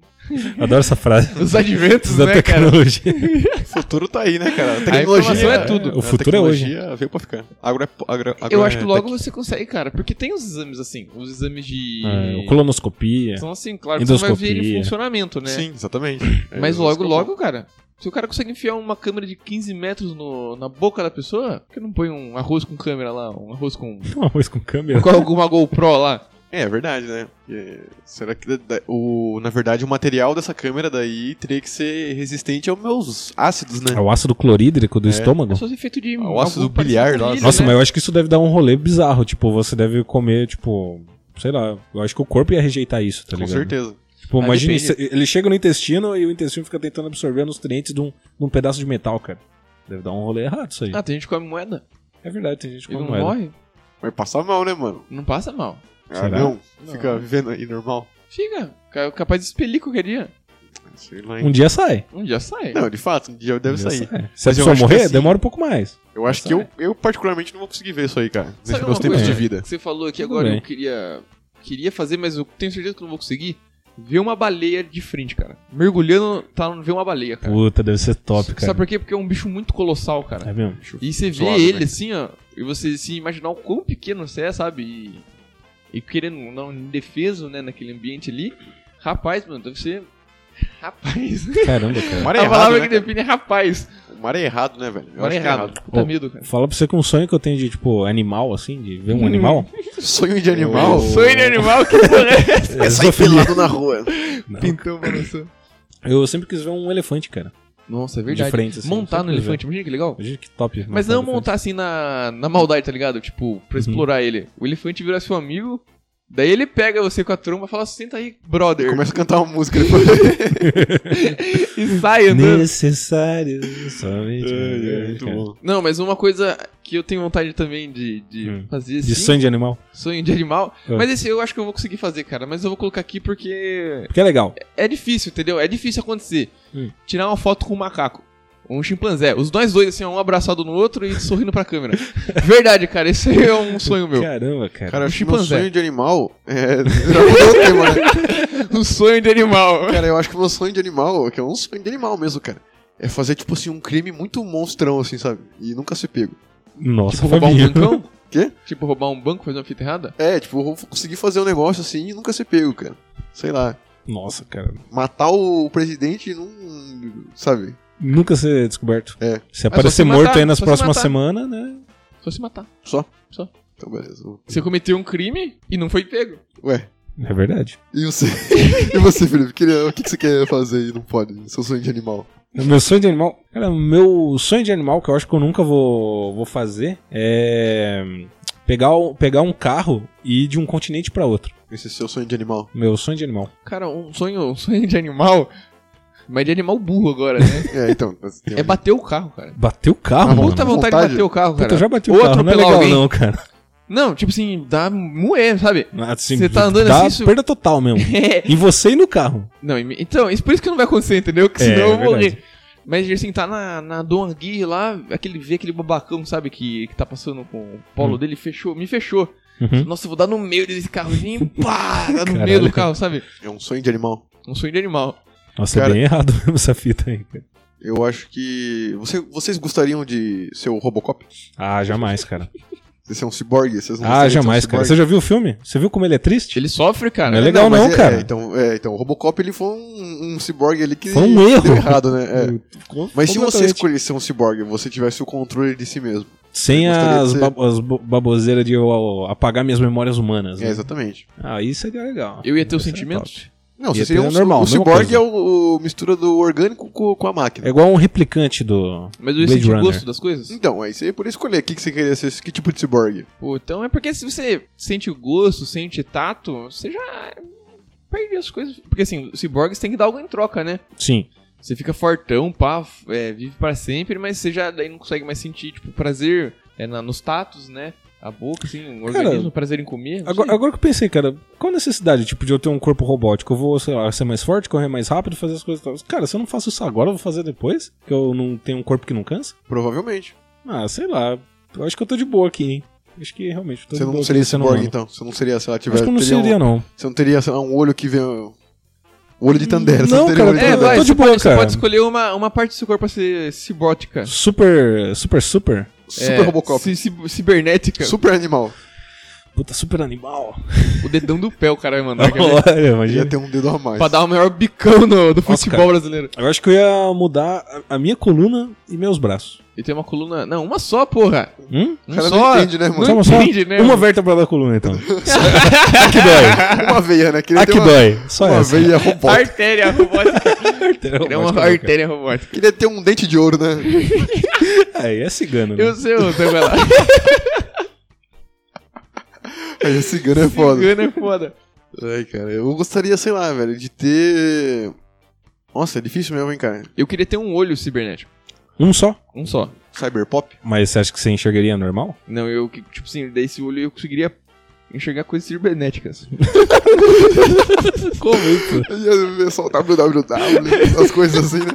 Adoro essa frase.
os adventos,
da
né, cara?
tecnologia.
O futuro tá aí, né, cara? A
informação é tudo.
O futuro é hoje.
A tecnologia veio pra ficar. Agora, é- agora, agora
Eu acho
é
que logo você consegue, cara, porque tem os exames assim, os exames de.
É, colonoscopia.
São assim, claro, que você vai ver ele
Endoscopia.
em funcionamento, né?
Sim, exatamente.
Mas
É,
logo,
tá
eu-
logo, cara. Se o cara consegue enfiar uma câmera de 15 metros no- na boca da pessoa, por que não põe um arroz com câmera lá? Um arroz com.
Um arroz com câmera.
com alguma GoPro lá?
Tá
É, é verdade, né? Porque será que da- da- o, na verdade o material dessa câmera daí teria que ser resistente aos meus ácidos, né?
É o ácido clorídrico do estômago.
É só ser feito
Ah,
de.
O ácido
algum
biliar
parecido com
lá,
milho,
Nossa,
né?
mas eu acho que isso deve dar um rolê bizarro. Tipo, você deve comer, tipo. Sei lá, eu acho que o corpo ia rejeitar isso, tá
Com
ligado?
certeza.
Tipo,
Ah,
imagina,
depende.
isso, ele chega no intestino e o intestino fica tentando absorver os nutrientes de um, de um pedaço de metal, cara. Deve dar um rolê errado isso aí.
Ah, tem gente que come moeda.
É verdade, tem gente que
Ele não
come moeda.
morre?
Vai passar mal, né, mano?
Não passa mal.
Ah,
Será?
não. Fica vivendo aí normal.
Fica. Ca- Capaz de expelir qualquer dia.
Sei lá, hein?
Um dia sai.
Um dia sai.
Não, de fato, um dia
Um
deve
dia sai.
sair.
Se a
Mas eu
pessoa
acho que
morrer,
é
assim-
demora um pouco mais.
Eu acho que eu, eu particularmente não vou conseguir ver isso aí, cara.
Sabe
Nesses
uma
meus tempos
coisa
de vida.
que você falou aqui
Tudo
agora,
bem.
eu queria, queria fazer, mas eu tenho certeza que eu não vou conseguir. Ver uma baleia de frente, cara. Mergulhando, tá ver uma baleia, cara.
Puta, deve ser top, cara.
Sabe por quê? Porque é um bicho muito colossal, cara.
É mesmo?
E você vê
Zoado,
ele
né?
assim, ó, e você se imaginar o quão pequeno você é, sabe? E, e querendo não indefeso, né, naquele ambiente ali. Rapaz, mano, deve ser. Rapaz.
Caramba,
O
cara.
mar é
a palavra
errado,
que
né?
define é rapaz.
cara? O mar é errado, né, velho? Eu
Agora é
acho que
errado. Puta
Ô,
medo, cara.
Fala pra você que um sonho que eu tenho de, tipo, animal, assim, de ver
Hum.
um animal.
Sonho
É.
de animal.
Sonho de animal que porra
É zoofilia.
pelado na rua.
é? Pintão balançando.
Eu sempre quis ver um elefante, cara.
Nossa, é
De
verdade.
frente, assim,
montar
sempre vi.
no elefante, imagina que legal.
Imagina que top.
Mas não
um elefante.
montar assim na, na maldade, tá ligado? Tipo, pra explorar ele. O elefante vira seu amigo, daí ele pega você com a tromba e fala, senta aí, brother.
Começa a cantar uma música depois.
E sai andando.
Necessário, somente. um
É, é, Muito
cara.
bom.
Não, mas uma coisa que eu tenho vontade também de, de
Hum.
fazer assim,
De sangue de animal.
sonho de animal.
Ah.
Mas esse eu acho que eu vou conseguir fazer, cara. Mas eu vou colocar aqui porque
Porque é legal.
é difícil, entendeu? É difícil acontecer.
Hum.
Tirar uma foto com um macaco. Um chimpanzé. Os nós dois, assim, um abraçado no outro e sorrindo pra câmera. Verdade, cara. Esse aí é um sonho meu.
Caramba, cara.
Cara, eu acho que meu
Chimpanzé.
sonho de animal é. Já mudou o tema, né?
Um sonho de animal.
Cara, eu acho que o meu sonho de animal, que é um sonho de animal mesmo, cara. É fazer, tipo assim, um crime muito monstrão, assim, sabe? E nunca ser pego.
Nossa,
tipo, roubar um
Fabinho.
bancão?
Quê?
Tipo, roubar um banco, fazer uma fita errada?
É, tipo, eu vou conseguir fazer um negócio assim e nunca ser pego, cara. Sei lá.
Nossa, cara.
Matar o presidente e não. Sabe?
Nunca ser descoberto.
É.
Se aparecer
se
morto
matar,
aí nas
só se
próximas
matar.
semanas, né?
Só se matar.
Só?
Só.
Então, beleza.
Você cometeu um crime e não foi pego.
Ué.
É verdade.
E você, e você Felipe? Queria- o que, que você quer fazer e não pode? Seu sonho de animal.
O Meu sonho de animal. Cara, o meu sonho de animal que eu acho que eu nunca vou, vou fazer é. Pegar, o- pegar um carro e ir de um continente pra outro.
Esse é seu sonho de animal.
Meu sonho de animal.
Cara, um sonho, um sonho de animal. Mas de animal burro agora, né?
É, então. mas tem-
é bater o carro, cara.
Bater o carro,
Ah,
mano.
Puta vontade,
vontade.
de bater o carro, cara.
Tá Puta, eu já bati o
Ou
carro, não é
atropelar
legal
alguém.
não, cara.
Não, tipo assim, dá moer, sabe?
Assim,
Você tá andando
dá
assim, isso-
perda total mesmo. em você e no carro.
não, e me- então, isso por isso que não vai acontecer, entendeu? Que
É,
senão
é
eu vou
verdade.
morrer. Mas assim, tá na, na Don Aguirre lá, aquele, vê aquele babacão, sabe, que, que tá passando com o polo
Hum.
dele, fechou, me fechou.
Uhum.
Nossa, eu vou dar no meio desse carrozinho, pá, dar no
Caralho.
meio do carro, sabe?
É um sonho de animal.
Um sonho de animal.
Nossa,
Cara-
é bem errado mesmo essa fita aí. cara.
Eu acho que. Você- vocês gostariam de ser o Robocop?
Ah, jamais, cara.
De ser um ciborgue? Vocês não
Ah,
gostariam de ser um
jamais, cara.
ciborgue?
Você já viu o filme? Você viu como ele é triste?
Ele sofre, cara.
Não é legal
mas
não,
é-
cara.
é, então, é, então, o Robocop ele foi um, um ciborgue ali que
Foi um erro.
deu errado, né? É.
Com-
Mas se você
completamente.
escolhesse ser um ciborgue, você tivesse o controle de si mesmo.
Sem
Eu gostaria de
as,
ser-
ba- as bo- baboseiras de eu ó, apagar minhas memórias humanas.
É,
Né?
exatamente.
Ah, isso seria legal.
Eu ia ter os
Isso é
sentimentos?
Não,
Ia
você
ter
seria um,
é normal,
o
mesma
ciborgue
coisa.
é o, o mistura do orgânico co- com, a
top. É
máquina.
igual um replicante do.
Mas eu ia
Blade
sentir
Runner.
gosto das coisas?
Então, aí você poderia escolher o que, que você queria ser, que tipo de ciborgue.
Pô, então é porque se você sente o gosto, sente tato, você já perde as coisas. Porque assim, os ciborgues tem que dar algo em troca, né?
Sim.
Você fica fortão, pá, f- é, vive pra sempre, mas você já daí não consegue mais sentir, tipo, prazer é, na, nos tatos, né? A boca, assim, o
Cara,
organismo, prazer em comer. não
Agora,
sei.
agora que eu pensei, cara, qual a necessidade tipo, de eu ter um corpo robótico? Eu vou, sei lá, ser mais forte, correr mais rápido, fazer as coisas. e tal. Cara, se eu não faço isso agora, eu vou fazer depois? Que eu não tenho um corpo que não cansa?
Provavelmente.
Ah, sei lá. Eu acho que eu tô de boa aqui, hein? Acho que realmente eu tô
Você
de boa.
não seria
aqui, sendo
ciborgue,
humano.
então. Você não seria, sei lá, tiver,
Acho que eu não
teria um-
seria, não.
Você não teria, sei lá, um olho que vê. Um olho de Tandera. você
Não,
teria um olho
cara,
de
É,
eu tô
Tandera.
vai,
de
você,
boa,
pode, você
cara.
pode escolher uma, uma parte do seu corpo pra ser cibótica.
Super, super, super.
Super
É,
Robocop.
ci- ci- cibernética.
Super animal.
Puta, super animal.
O dedão do pé o cara vai mandar. quer ver?
Olha,
Ia
imagina.
ter um dedo a mais.
pra dar o maior bicão no, do futebol
cara.
brasileiro.
Eu acho que eu ia mudar a- a minha coluna e meus braços.
E tem uma coluna. Não, uma só, porra.
Hum?
Um
cara não
só.
entende, né, mano?
Só uma só?
entende, né?
Uma
mano?
vértebra da coluna, então. Aqui dói.
Uma veia, né? Queria ter
Aqui
uma,
dói. Só
uma
Ah, essa.
veia robótica.
Artéria robótica. Ele é uma artéria robótica.
Queria ter um dente de ouro, né?
Aí é cigano, né?
Eu sei, eu sei, vai lá.
Aí esse cigano é foda.
Cigano é foda.
Ai, cara, eu gostaria, sei lá, velho, de ter. Nossa, é difícil mesmo, hein, cara.
Eu queria ter um olho cibernético.
Um só.
Um só.
Cyberpop?
Mas você acha que você enxergaria normal?
Não, eu, que- tipo assim, daí esse olho eu conseguiria enxergar coisas cibernéticas.
Como isso?
Eu ia ver só o www, essas coisas assim, né?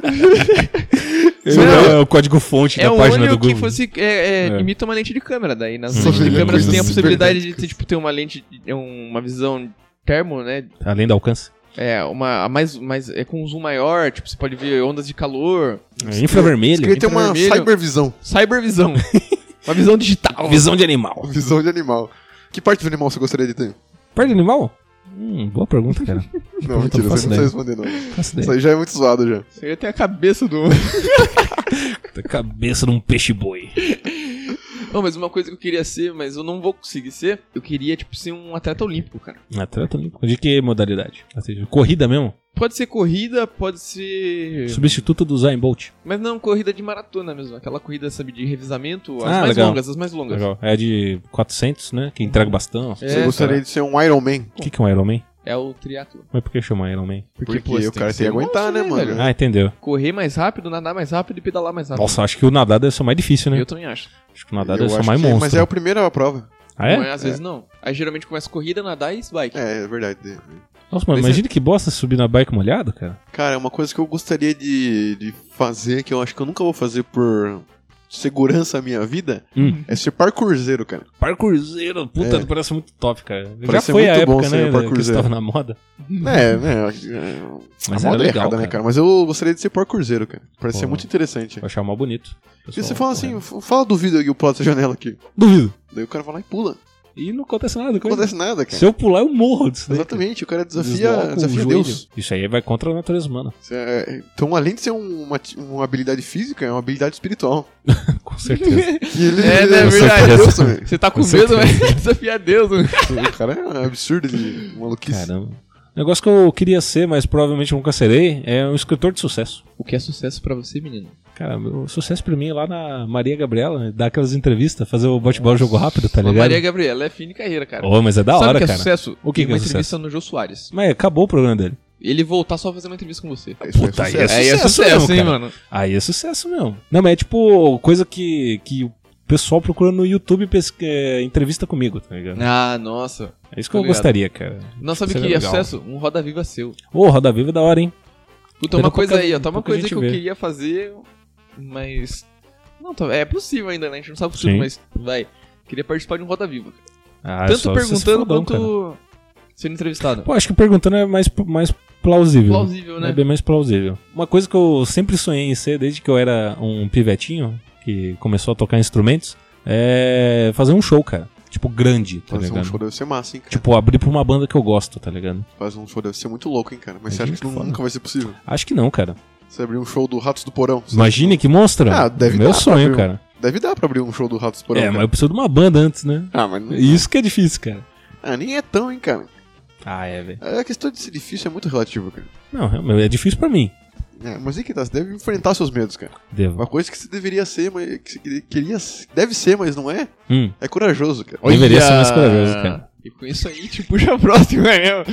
É o código fonte
É
da
um
página do
olho que
Google.
fosse. É, é,
É.
Imita uma lente de câmera. Daí nas
Só
lentes de
vê
câmera você tem a
coisas
possibilidade de ter, tipo, ter uma lente. é, Uma visão termo, né?
Além do alcance.
É, uma. a mais, mais. É com um zoom maior. Tipo, você pode ver ondas de calor.
É, infravermelho.
Queria ter uma
Infravermelho.
cybervisão,
Cybervisão. uma visão digital.
Visão de animal.
visão de animal. Que parte do animal você gostaria de ter?
Parte de animal? Hum, boa pergunta, cara.
Não, mentira,
faço
você não
ideia.
precisa responder, não.
Faço
Isso
ideia.
aí já é muito zoado já.
Você ia ter a cabeça do.
Da Cabeça de um peixe-boi.
Não, mas uma coisa que eu queria ser, mas eu não vou conseguir ser, eu queria, tipo, ser um atleta olímpico, cara.
Atleta olímpico. De que modalidade? Assim, Corrida mesmo?
Pode ser corrida, pode ser.
Substituto do Zayn Bolt.
Mas não, corrida de maratona mesmo. Aquela corrida, sabe, de revisamento, as
Ah,
mais
legal.
longas, as mais longas.
Legal. É de 400, né? Que entrega bastão.
É,
Você gostaria de ser um Iron Man?
O que, que é um Iron Man?
É o triatlo.
Mas por que chama Iron Man?
Porque,
pô, você
o cara
ser
tem que aguentar, né,
monstro,
mano?
velho?
Ah, entendeu.
Correr mais rápido, nadar mais rápido e pedalar mais rápido.
Nossa, acho que o nadar deve ser o mais difícil, né?
Eu também acho.
Acho que o nadar deve
Tá Eu
ser o
acho
mais
que-
monstro.
Mas é a primeira prova.
Ah,
Não é,
é?
às vezes não. Aí geralmente começa corrida, nadar e bike.
É, é verdade.
Nossa,
é-
mano,
Mas
imagina que bosta subir na bike molhado, cara.
Cara, uma coisa que eu gostaria de, de fazer, que eu acho que eu nunca vou fazer por segurança à minha vida,
Hum.
é ser parkourzeiro, cara.
Parkourzeiro, puta,
É.
parece muito top, cara. Já
Parece ser
foi a
muito bom
época,
ser
né, que
parkourzeiro.
estava na moda.
É, né? é,
Mas
a
era
moda é
Hum. legal,
errada, né,
cara.
cara? Mas eu gostaria de ser parkourzeiro, cara. Parece ser
Pô.
muito interessante.
Eu achava mó bonito.
Porque
Pessoal
você fala assim,
correndo.
f- fala do vídeo aqui, o pular dessa janela aqui.
duvido.
Daí o cara vai lá e pula.
E não acontece nada. é
Não acontece nada, cara.
Se eu pular, eu morro disso daí.
Exatamente, o cara
cara.
desafia,
Desloco o
desafia
joelho.
Deus.
Isso aí vai contra a natureza humana,
Isso é- Então, além de ser uma, ati- uma habilidade física, é uma habilidade espiritual.
com certeza.
E ele
É, né,
ele-
é verdade.
Deus também.
Você tá com
Com
medo, mas desafiar Deus. né?
O cara é absurdo de maluquice.
Caramba. O negócio que eu queria ser, mas provavelmente nunca serei, é um escritor de sucesso.
O que é sucesso pra você, menino?
Cara, o sucesso pra mim é lá na Maria Gabriela, né? dar aquelas entrevistas, fazer o bate-bola jogo rápido, tá
A
ligado?
Maria Gabriela é fina carreira, cara.
Ô, mas é da
Sabe
hora,
o que é
cara.
sucesso?
O que
Tem
que é
uma
sucesso?
entrevista no Jô Soares.
Mas é, acabou o programa dele.
Ele voltar só pra fazer uma entrevista com você.
Isso
Puta,
é
aí é
sucesso.
su- sucesso mesmo, cara.
mano?
Aí é sucesso mesmo. Não, mas é tipo coisa que, que o pessoal procura no YouTube pes- é, entrevista comigo, tá ligado?
Ah, nossa.
É isso que eu
Tá ligado.
gostaria, cara.
Não sabe o
Seria
que é
legal.
sucesso? Um Roda Viva seu.
Ô, Roda Viva é da hora, hein?
Puta, uma
Pouca-
coisa aí, ó. Tá uma
pouca
coisa aí
gente
que eu
vê.
queria fazer, mas. Não, tá- é possível ainda, né? A gente não sabe tudo,
Sim.
mas vai. Queria participar de um Roda Viva.
Ah,
Tanto
só vocês
perguntando
fodão,
quanto
cara.
sendo entrevistado.
Pô, acho que perguntando é mais, mais plausível.
plausível, né?
É bem mais plausível. Uma coisa que eu sempre sonhei em ser desde que eu era um pivetinho, que começou a tocar instrumentos, é fazer um show, cara. Tipo, grande, tá
Fazer um
ligado?
show deve ser massa, hein, cara.
Tipo, abrir pra uma banda que eu gosto, tá ligado?
Fazer um show deve ser muito louco, hein, cara. Mas você
Imagina
acha que
que é foda.
nunca vai ser possível?
Acho que não, cara.
Você abrir um show do Ratos do Porão. você-
Imagine que monstro.
Ah, deve
Meu
dar pra
sonho,
abrir um
cara.
Deve dar pra abrir um show do Ratos do Porão.
é,
cara.
mas eu preciso de uma banda antes, né?
Ah, mas não...
Isso que é difícil, cara.
ah, nem é tão, hein, cara.
Ah, é, velho.
A questão de ser difícil é muito relativa, cara.
Não, realmente, é difícil pra mim.
É, mas é que tá, você deve enfrentar seus medos, cara.
Devo.
Uma coisa que você deveria ser, mas que você queria- queria, ser- deve ser, mas não é,
Hum.
é corajoso, cara.
Deveria ser mais corajoso, cara.
E com isso aí, te puxa a próxima, né?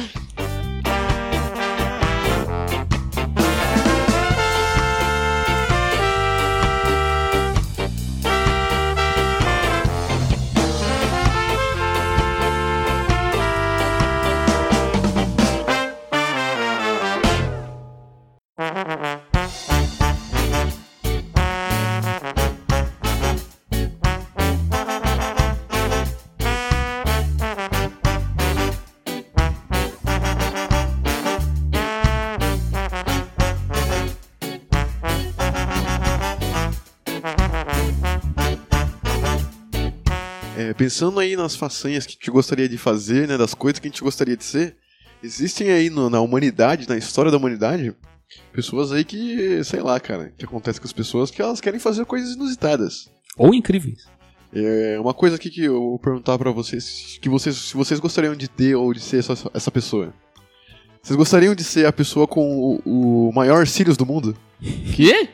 É, pensando aí nas façanhas que a gente gostaria de fazer, né, das coisas que a gente gostaria de ser, existem aí no- na humanidade, na história da humanidade, pessoas aí que, sei lá, cara, que acontece com as pessoas que elas querem fazer coisas inusitadas.
Ou incríveis.
É uma coisa aqui que eu vou perguntar pra vocês, que vocês, se vocês gostariam de ter ou de ser essa, essa pessoa. Vocês gostariam de ser a pessoa com o, o maior cílios do mundo?
Quê?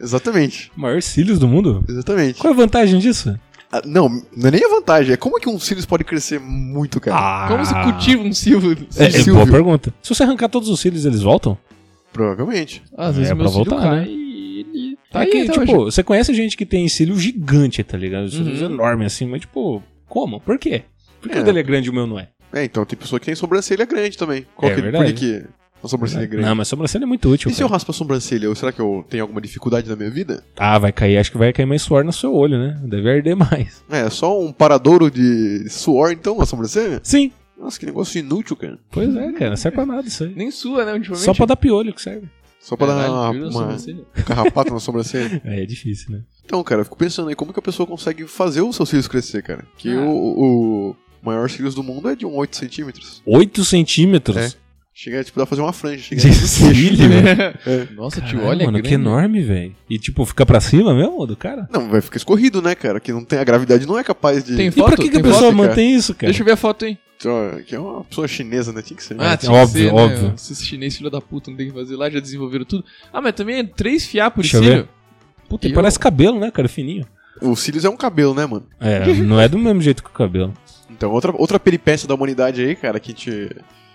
Exatamente,
Maiores cílios do mundo?
exatamente.
Qual é a vantagem disso?
Ah, não, não é nem a vantagem, é como que um cílios pode crescer muito, cara?
Ah.
Como se cultiva um silvo?
É, é
Silvio.
boa pergunta. Se você arrancar todos os cílios, eles voltam?
Provavelmente.
Às vezes
É
o meu
pra
filho
voltar,
cai
né?
e ele tá
Tá
aí
que,
até
tipo,
hoje.
você conhece gente que tem cílio gigante, tá ligado? Cílios
Uhum.
enorme assim, mas tipo, como? Por quê? Por que
É.
o dele é grande e o meu não é?
É, então tem pessoa que tem sobrancelha grande também. Qual
É
que,
verdade.
Por que que a sobrancelha é grande?
Não, mas sobrancelha é muito útil.
e se eu
cara.
raspo a sobrancelha, eu- será que eu tenho alguma dificuldade na minha vida?
Ah, vai cair, acho que vai cair mais suor no seu olho, né? Deve arder mais.
É, só um paradouro de suor, então, a sobrancelha?
Sim.
Nossa, que negócio inútil, cara.
Pois é, cara, não serve pra nada isso aí.
Nem sua, né? Ultimamente.
Só pra dar piolho que serve.
Só pra
Caralho,
dar
viu,
uma, uma
sua sobrancelha?
um carrapato na sobrancelha.
É, é difícil, né?
Então, cara, eu fico pensando aí, como que a pessoa consegue fazer os seus cílios crescer, cara? Que
Ah.
o, o maior cílios do mundo é de um 8 centímetros.
8 centímetros.
Chega, tipo, dá pra fazer uma franja. Chega
De cílio. né?
É.
É.
Nossa, tio,
Caralho,
Tipo, olha
mano,
grande.
que enorme, velho. E tipo, fica pra cima mesmo do cara?
Não, vai ficar escorrido, né, cara? Que não tem, a gravidade não é capaz de.
Tem
E pra
foto?
que, que a
Tem
pessoa
foto, cara?
mantém isso, cara?
Deixa eu ver a foto, hein?
Ó, Que é uma pessoa chinesa, né? Tinha que ser. né?
Ah,
tem-
tinha que
óbvio,
ser,
óbvio.
Né? Esses chineses, filho da puta, não tem o que fazer lá, já desenvolveram tudo. Ah, mas também é três fiapos de
Deixa eu ver.
cílio. Puta,
E parece cabelo, né, cara? Fininho.
Os cílios é um cabelo, né, mano?
É, não é do mesmo jeito que o cabelo.
Então, outra, outra peripécia da humanidade aí, cara, que te.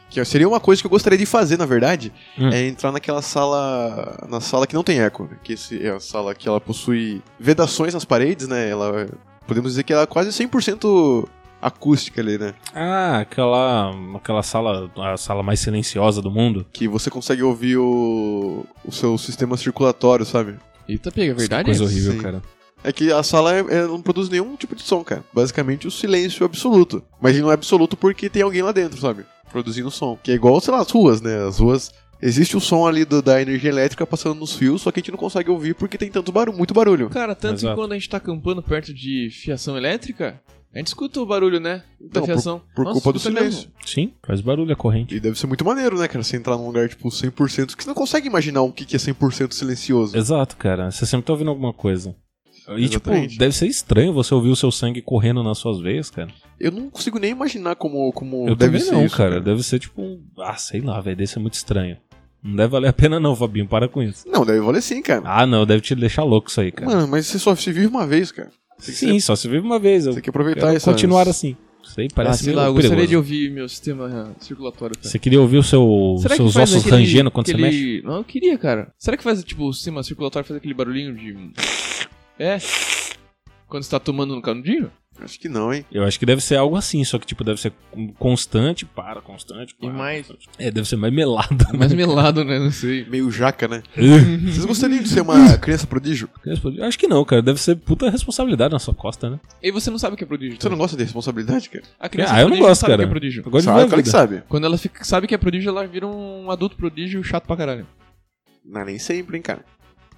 Que seria uma coisa que eu gostaria de fazer, na verdade,
Hum.
é entrar naquela sala. Na sala que não tem eco, né? Que esse é a sala que ela possui vedações nas paredes, né? Ela. Podemos dizer que ela é quase 100% acústica ali, né?
Ah, aquela, aquela sala, a sala mais silenciosa do mundo.
Que você consegue ouvir o. o seu sistema circulatório, sabe?
Eita, pega, é verdade?
Coisa horrível,
Sim.
cara.
É que a sala é- é- não produz nenhum tipo de som, cara. Basicamente o silêncio absoluto. Mas ele não é absoluto porque tem alguém lá dentro, sabe? Produzindo som. Que é igual, sei lá, as ruas, né? As ruas. Existe o som ali do- da energia elétrica passando nos fios, só que a gente não consegue ouvir porque tem tanto barulho, muito barulho.
Cara, tanto
Exato.
que quando a gente tá acampando perto de fiação elétrica, a gente escuta o barulho, né? Da
Então,
fiação.
Por
Nossa,
culpa do
escuta mesmo.
silêncio.
Sim, faz barulho a corrente.
E deve ser muito maneiro, né, cara? Você entrar num lugar, tipo, 100%, que você não consegue imaginar o que que é 100% silencioso.
Exato, cara. Você sempre tá ouvindo alguma coisa. E,
Exatamente.
tipo, deve ser estranho você ouvir o seu sangue correndo nas suas veias, cara.
Eu não consigo nem imaginar como, como
Eu
deve
também
ser
não,
isso,
cara. Deve ser tipo um... Ah, sei lá, velho. Deve ser muito estranho. Não deve valer a pena não, Fabinho. Para com isso.
Não, deve valer sim, cara.
Ah, não. Deve te deixar louco isso aí, cara.
Mano, mas você só se vive uma vez, cara. Tem que
Sim, só se vive uma vez. Eu
Tem que aproveitar
quero
essa-
continuar assim. Isso aí
Ah,
parece
sei
meio
lá, eu gostaria
perigoso.
de ouvir meu sistema eh, circulatório, cara.
Você queria ouvir o seu, Tipo, seus ossos rangendo quando você mexe?
aquele... Não, eu queria, cara. Será que faz, tipo, o sistema circulatório faz aquele barulhinho de... É? Quando você tá tomando no canudinho?
Acho que não, hein?
Eu acho que deve ser algo assim, só que, tipo, deve ser constante, para, constante, para.
E mais-
constante. É, deve ser mais melado.
Mais melado, né? Não sei.
Meio jaca, né?
Uhum.
Vocês gostariam de ser uma criança prodígio?
Eu acho que não, cara. Deve ser puta responsabilidade na sua costa, né?
E você não sabe o que é prodígio.
Você
também.
não gosta de responsabilidade, cara?
A criança
Ah, eu não
prodígio
gosto,
sabe o que
cara.
é prodígio.
Eu gosto
sabe,
de ver a
claro que
vida.
sabe.
Quando ela fica- sabe que é prodígio, ela vira um adulto prodígio chato pra caralho.
Não, é nem sempre, hein, cara.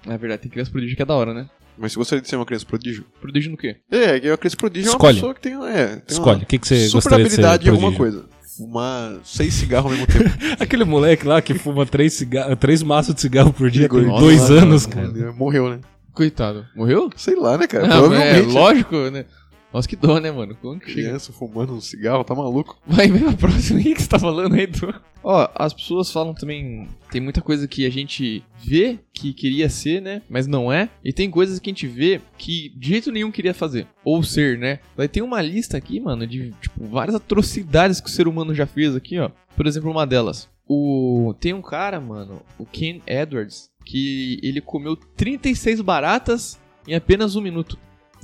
Na verdade, tem criança prodígio que é da hora, né?
Mas você gostaria de ser uma criança prodígio?
Prodígio no quê?
É, que a criança prodígio é uma
Escolhe.
pessoa que tem, é, tem
Escolhe,
uma
o que, que você
super
gostaria de ser?
habilidade em alguma
prodígio?
coisa. Fumar seis cigarros ao mesmo tempo.
Aquele moleque lá que fuma três, cigarro, três maços de cigarro por dia tem
Nossa,
dois
nossa,
anos,
nossa,
cara.
Morreu, né?
Coitado. Morreu?
Sei lá, né, cara?
Não, é,
Provavelmente.
lógico, né? Nossa, que dó, né, mano? Como que chega?
Criança fumando um cigarro, tá maluco?
Vai, vai pra próxima. O que que você tá falando aí, Edu? Ó, as pessoas falam também. Tem muita coisa que a gente vê que queria ser, né? Mas não é. E tem coisas que a gente vê que de jeito nenhum queria fazer. Ou ser, né? Daí tem uma lista aqui, mano, de tipo, várias atrocidades que o ser humano já fez aqui, ó. Por exemplo, uma delas. O. Tem um cara, mano, o Ken Edwards, que ele comeu 36 baratas em apenas um minuto.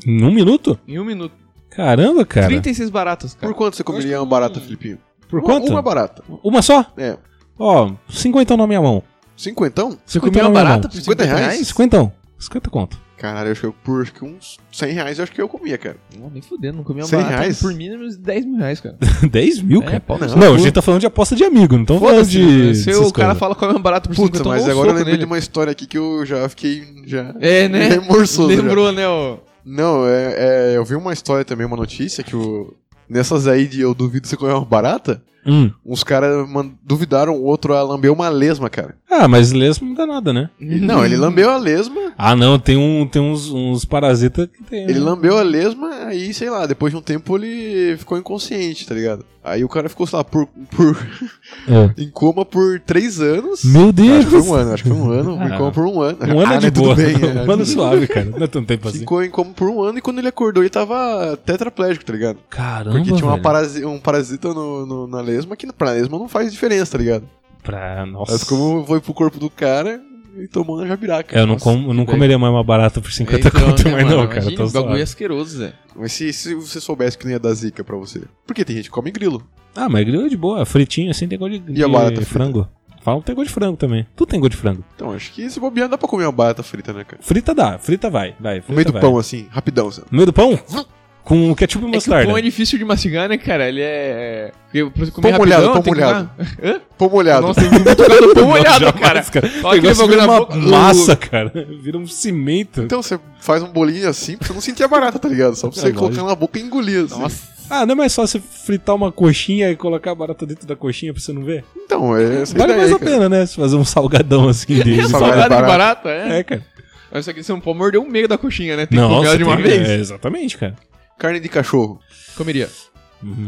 Em um minuto?
Em um minuto.
Caramba, cara.
36 baratas, cara.
Por quanto você comeria uma barata, Filipinho?
um.
Por
Uma-
quanto?
Uma
Uma,
barata.
só?
É.
Ó, cinquentão na minha mão.
Cinquentão? é
Você
comeu uma barata por
50 reais?
Cinquentão. Cinquenta conto.
Caralho, eu acho que eu, por acho que uns 100 reais eu acho que eu comia, cara.
Não, nem fudendo, não comia
100
barata
reais?
por mínimos 10 mil reais, cara.
Dez mil, cara.
É, pau no
não.
cu.
Não, a gente tá falando de aposta de amigo, não tão falando
Foda-se,
de.
mano. Se
dessas
o cara
coisas.
fala que é barato por 50,
Puta,
eu tomo
mas
um
agora eu
soco
lembrei de
nele.
uma história aqui que eu já fiquei. Já...
É, né?
Remorsoso já.
Lembrou, né, ó.
Não, é, é, eu vi uma história também, uma notícia que o. Nessas aí de eu duvido você comer uma barata,
Hum.
uns caras man- duvidaram o outro a lamber uma lesma, cara.
Ah, mas lesma não dá nada, né?
Não, ele lambeu a lesma,
Ah, não, tem, um, tem uns, uns parasitas que tem. né?
ele lambeu a lesma, aí, sei lá, depois de um tempo ele ficou inconsciente, tá ligado? Aí o cara ficou, sei lá, por, por,
É.
em coma por três anos.
Meu
Acho
Deus!
que foi um ano, acho que foi um ano.
Ah.
Ficou por um ano.
Um ano
Ah,
é de
né,
boa.
Tudo bem, é.
um ano suave, cara. Não é tanto tempo assim.
Ficou em coma por um ano e quando ele acordou ele tava tetraplégico, tá ligado?
Caramba,
Porque tinha uma
velho.
parasi- um parasita no, no- na lesma que pra lesma não faz diferença, tá ligado?
Pra... Nossa.
Mas como foi pro corpo do cara e tomou na jabiraca.
É, eu não,
Nossa.
com, eu não
velho.
comeria mais uma barata por 50
Então,
conto,
né,
mas
mano,
não, cara.
imagina,
Tô
o bagulho é
zoado.
asqueroso, Zé.
Mas se, se você soubesse que não ia dar zica pra você. Porque tem gente que come grilo.
Ah, mas grilo é de boa, fritinho assim tem gosto de,
E a barata
de
frita?
frango. Falam que tem gosto de frango também. Tu tem gosto de frango.
Então acho que se bobear dá pra comer uma barata frita, né, cara?
Frita dá, frita vai, vai. Frita
No meio do
vai.
pão, assim, rapidão. Assim.
No meio do pão? Com ketchup e
É que o
mostarda.
pão é difícil de mastigar, né, cara? Ele é... Porque pra você comer
Pão molhado,
rapidão,
pão
tem que
molhado.
dar-
Pão molhado.
Nossa, tem muito cara do pão
Não,
molhado, um cara.
jamais, cara.
Olha
Tem
aquele
gosto de
bagulho
virar
na
uma
boca.
massa, cara. Vira um cimento.
Então você faz um bolinho assim pra você não sentir a barata, tá ligado? Só pra
É
você
lógico.
colocar na boca e engolir, assim.
Nossa.
Ah, não é mais só você fritar uma coxinha e colocar a barata dentro da coxinha pra você não ver?
Então, é essa
vale
ideia,
mais a
cara.
pena, né? Se fazer um salgadão assim de
Salgado
Salgado de
barato.
barata, é.
É, cara.
Mas só que você não pode morder um meio da coxinha, né? Tem que é.
Não,
comer ela de uma vez.
é, exatamente, cara.
Carne de cachorro.
Comeria.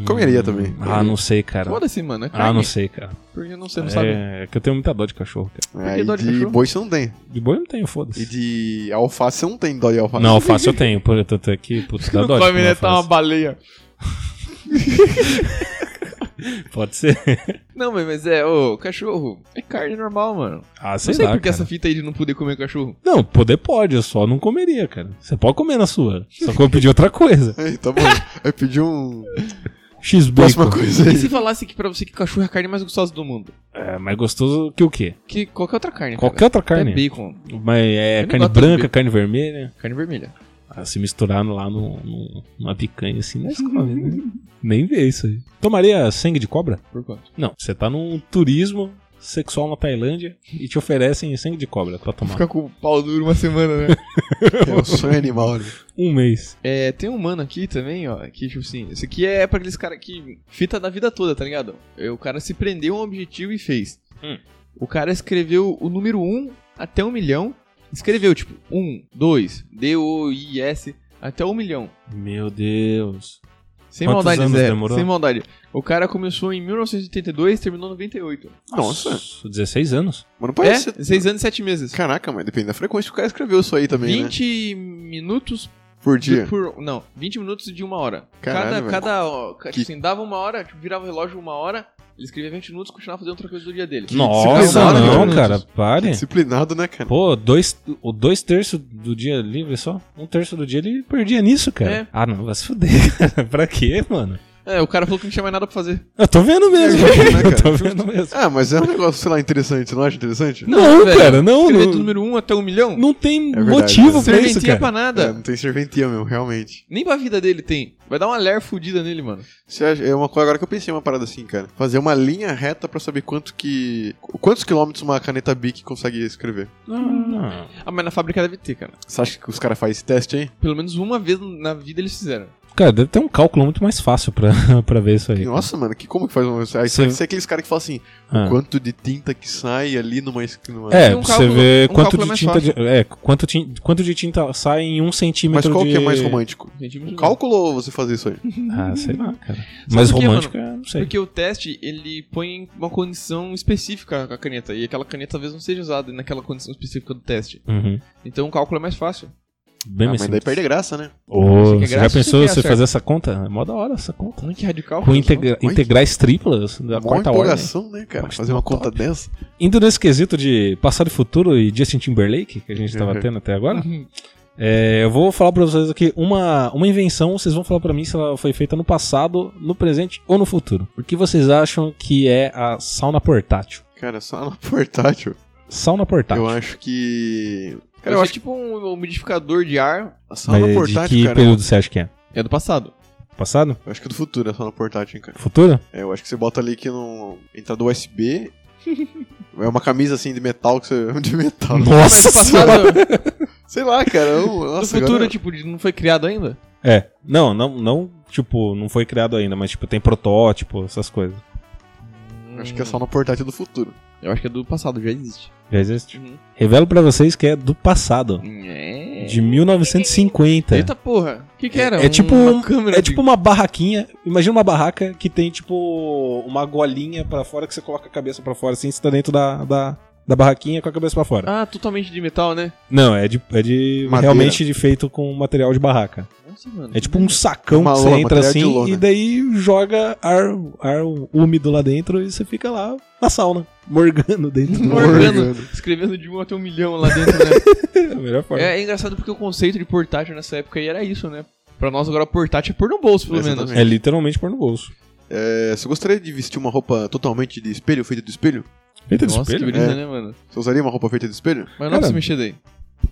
Comeria também.
Ah, não sei, cara.
Foda-se, mano. É
Ah,
carne.
não sei, cara.
Porque não sei, não
é,
sabe.
é que eu tenho muita dó de cachorro, cara.
É,
que dó
e
de
de
cachorro?
boi você não tem.
De boi eu não tenho,
E
foda-se.
de alface você não tem dó de alface.
Não, alface eu tenho, por tanto aqui, putz, dá
Não
dó de
come,
comer
né? Tá uma
alface.
baleia.
Pode ser.
Não, mas- mas é, ô, cachorro é carne normal, mano.
Ah, sei,
Não sei
lá,
por que
cara.
essa fita aí de não poder comer cachorro.
Não, poder pode, eu só não comeria, cara. Você pode comer na sua, só que eu pedi outra coisa.
Aí, tá bom. Aí pedi um. Próxima
X-bacon.
coisa
E
aí.
se falasse que pra você que cachorro é a carne mais gostosa do mundo?
É, mais gostoso que o quê?
Que qualquer outra carne.
Qualquer outra
cara.
carne.
Até bacon,
Mas é
Eu não
carne
gosto de
branca,
bico.
carne vermelha.
carne vermelha.
Ah, se misturar lá no, no- numa picanha assim, nós come, né? Nem vê isso aí. Tomaria sangue de cobra?
Por quanto?
Não, você tá num turismo sexual na Tailândia e te oferecem sangue de cobra pra tomar.
Ficar com o pau duro uma semana, né?
É o sonho animal, né?
Um mês.
é, tem um mano aqui também, ó. Que, tipo assim, isso aqui é pra aqueles caras que fita da vida toda, tá ligado? É, O cara se prendeu a um objetivo e fez.
Hum.
O cara escreveu o número 1 até um milhão. Escreveu, tipo, 1, 2, D, O, I, S, até um milhão.
Meu Deus.
Sem
Quantos
maldade,
anos
Zé.
demorou?
Sem maldade. O cara começou em 1982 e terminou em 98.
Nossa.
16 anos.
Mas não parece.
é? 6 anos e 7 meses.
Caraca, mas depende da frequência que o cara escreveu isso aí também, né?
20 minutos
Por
de-
dia.
por. Não, 20 minutos de uma hora.
Caralho,
cada.
velho.
cada ó, ca-
Que-
assim, dava uma hora, tipo, virava o tipo, relógio uma hora. Ele escrevia 20 minutos e continuava fazendo outra coisa do dia dele.
Nossa,
disciplinado,
não,
né?
cara, pare.
Disciplinado, né, cara?
Pô, dois, o dois terços do dia livre só? Um terço do dia ele perdia nisso, cara.
É.
Ah, não, vai se fuder, cara. Pra quê, mano?
É, o cara falou que não tinha mais nada pra fazer.
Eu tô vendo mesmo.
É, né,
eu
cara?
tô vendo mesmo.
Ah, mas é um negócio, sei lá, interessante, você não acha interessante?
Não, cara, não,
Escrever do
não.
número 1 até um milhão?
Não tem
verdade,
motivo
né?
pra isso,
Serventia pra
cara.
É,
nada.
não tem serventia mesmo, realmente.
Nem pra vida dele tem. Vai dar uma ler fudida nele, mano.
Você acha- é uma coisa agora que eu pensei uma parada assim, cara. Fazer uma linha reta pra saber quanto que. Quantos quilômetros uma caneta Bic consegue escrever?
Não.
Ah, mas na fábrica deve ter, cara.
Você acha que os caras fazem esse teste, hein?
Pelo menos uma vez na vida eles fizeram.
Cara, deve ter um cálculo muito mais fácil pra, pra ver isso aí.
Nossa, mano, que como que faz uma. Aí
Sim.
você é aqueles caras que falam assim,
Ah.
quanto de tinta que sai ali numa. es- numa...
É, pra
um
você
cálculo-
ver
um
quanto
cálculo é
de
mais
tinta. De, é, quanto, tin- quanto de tinta sai em um
Mas
centímetro
qual
de...
que é mais romântico?
Centímetros
Um
de-
cálculo ou você fazer isso aí?
Ah, sei lá, cara. mais
por quê,
romântico, é, não sei.
Porque o teste, ele põe uma condição específica com a caneta. E aquela caneta talvez não seja usada naquela condição específica do teste.
Uhum.
Então o cálculo é mais fácil.
Bem
Ah,
mais
mas daí
simples.
perde graça, né?
Ô,
Achei que é
você já
graça,
pensou
achei que
você
era
fazer essa conta? É mó da hora essa conta.
Que radical. né?
Com
cara,
integra
Oi?
integrais triplas da
Mó
quarta ordem.
empolgação, né, cara?
Mas
Fazer uma
tá
conta dessa.
Indo nesse quesito de passado e futuro e Justin Timberlake, que a gente tava
Uhum.
tendo até agora,
Uhum.
é, eu vou falar pra vocês aqui uma, uma invenção, vocês vão falar pra mim se ela foi feita no passado, no presente ou no futuro. O que vocês acham que é a sauna portátil?
Cara, só no portátil.
Sauna portátil.
Eu acho que. Cara,
eu
eu
acho tipo um umidificador de ar.
acho só
Mas
no
é de
portátil,
que
cara.
período você acha que é?
É do passado.
Passado?
Eu acho que do futuro é só no portátil, hein, cara.
Futuro?
É, eu acho que você bota ali que não. Entrada USB. é uma camisa assim de metal que você. De metal.
Nossa
Mas do passado,
Sei lá, cara. eu- nossa,
do futuro,
agora-
tipo, de- não foi criado ainda?
É. Não, não, não, tipo, não foi criado ainda, mas tipo, tem protótipo, essas coisas.
eu Acho que é só no portátil do futuro.
Eu acho que é do passado, já existe.
Já existe.
Uhum.
Revelo pra vocês que é do passado.
É.
De 1950.
Eita porra. O que que era?
É tipo um-
uma câmera.
É tipo uma barraquinha. Imagina uma barraca que tem, tipo, uma golinha pra fora que você coloca a cabeça pra fora, assim, você tá dentro da, da, da barraquinha com a cabeça pra fora.
Ah, totalmente de metal, né?
Não, é de. É de
Madeira.
realmente de feito com material de barraca.
Nossa, mano.
É tipo um sacão
Uma
que você
lona,
entra
material de
assim
lona.
e daí joga ar, ar úmido lá dentro e você fica lá na sauna, morgando dentro. do-
Morgando. Escrevendo de um até um milhão lá dentro, né?
É a melhor forma.
É, é engraçado porque o conceito de portátil nessa época aí era isso, né? Pra nós agora portátil é pôr no bolso, pelo menos.
Exatamente.
É literalmente pôr no bolso.
É, você gostaria de vestir uma roupa totalmente de espelho, feita de espelho?
Eita,
Nossa, que brisa,
É.
né, mano?
Você usaria uma roupa feita de espelho?
Mas não
Cara,
se mexer daí.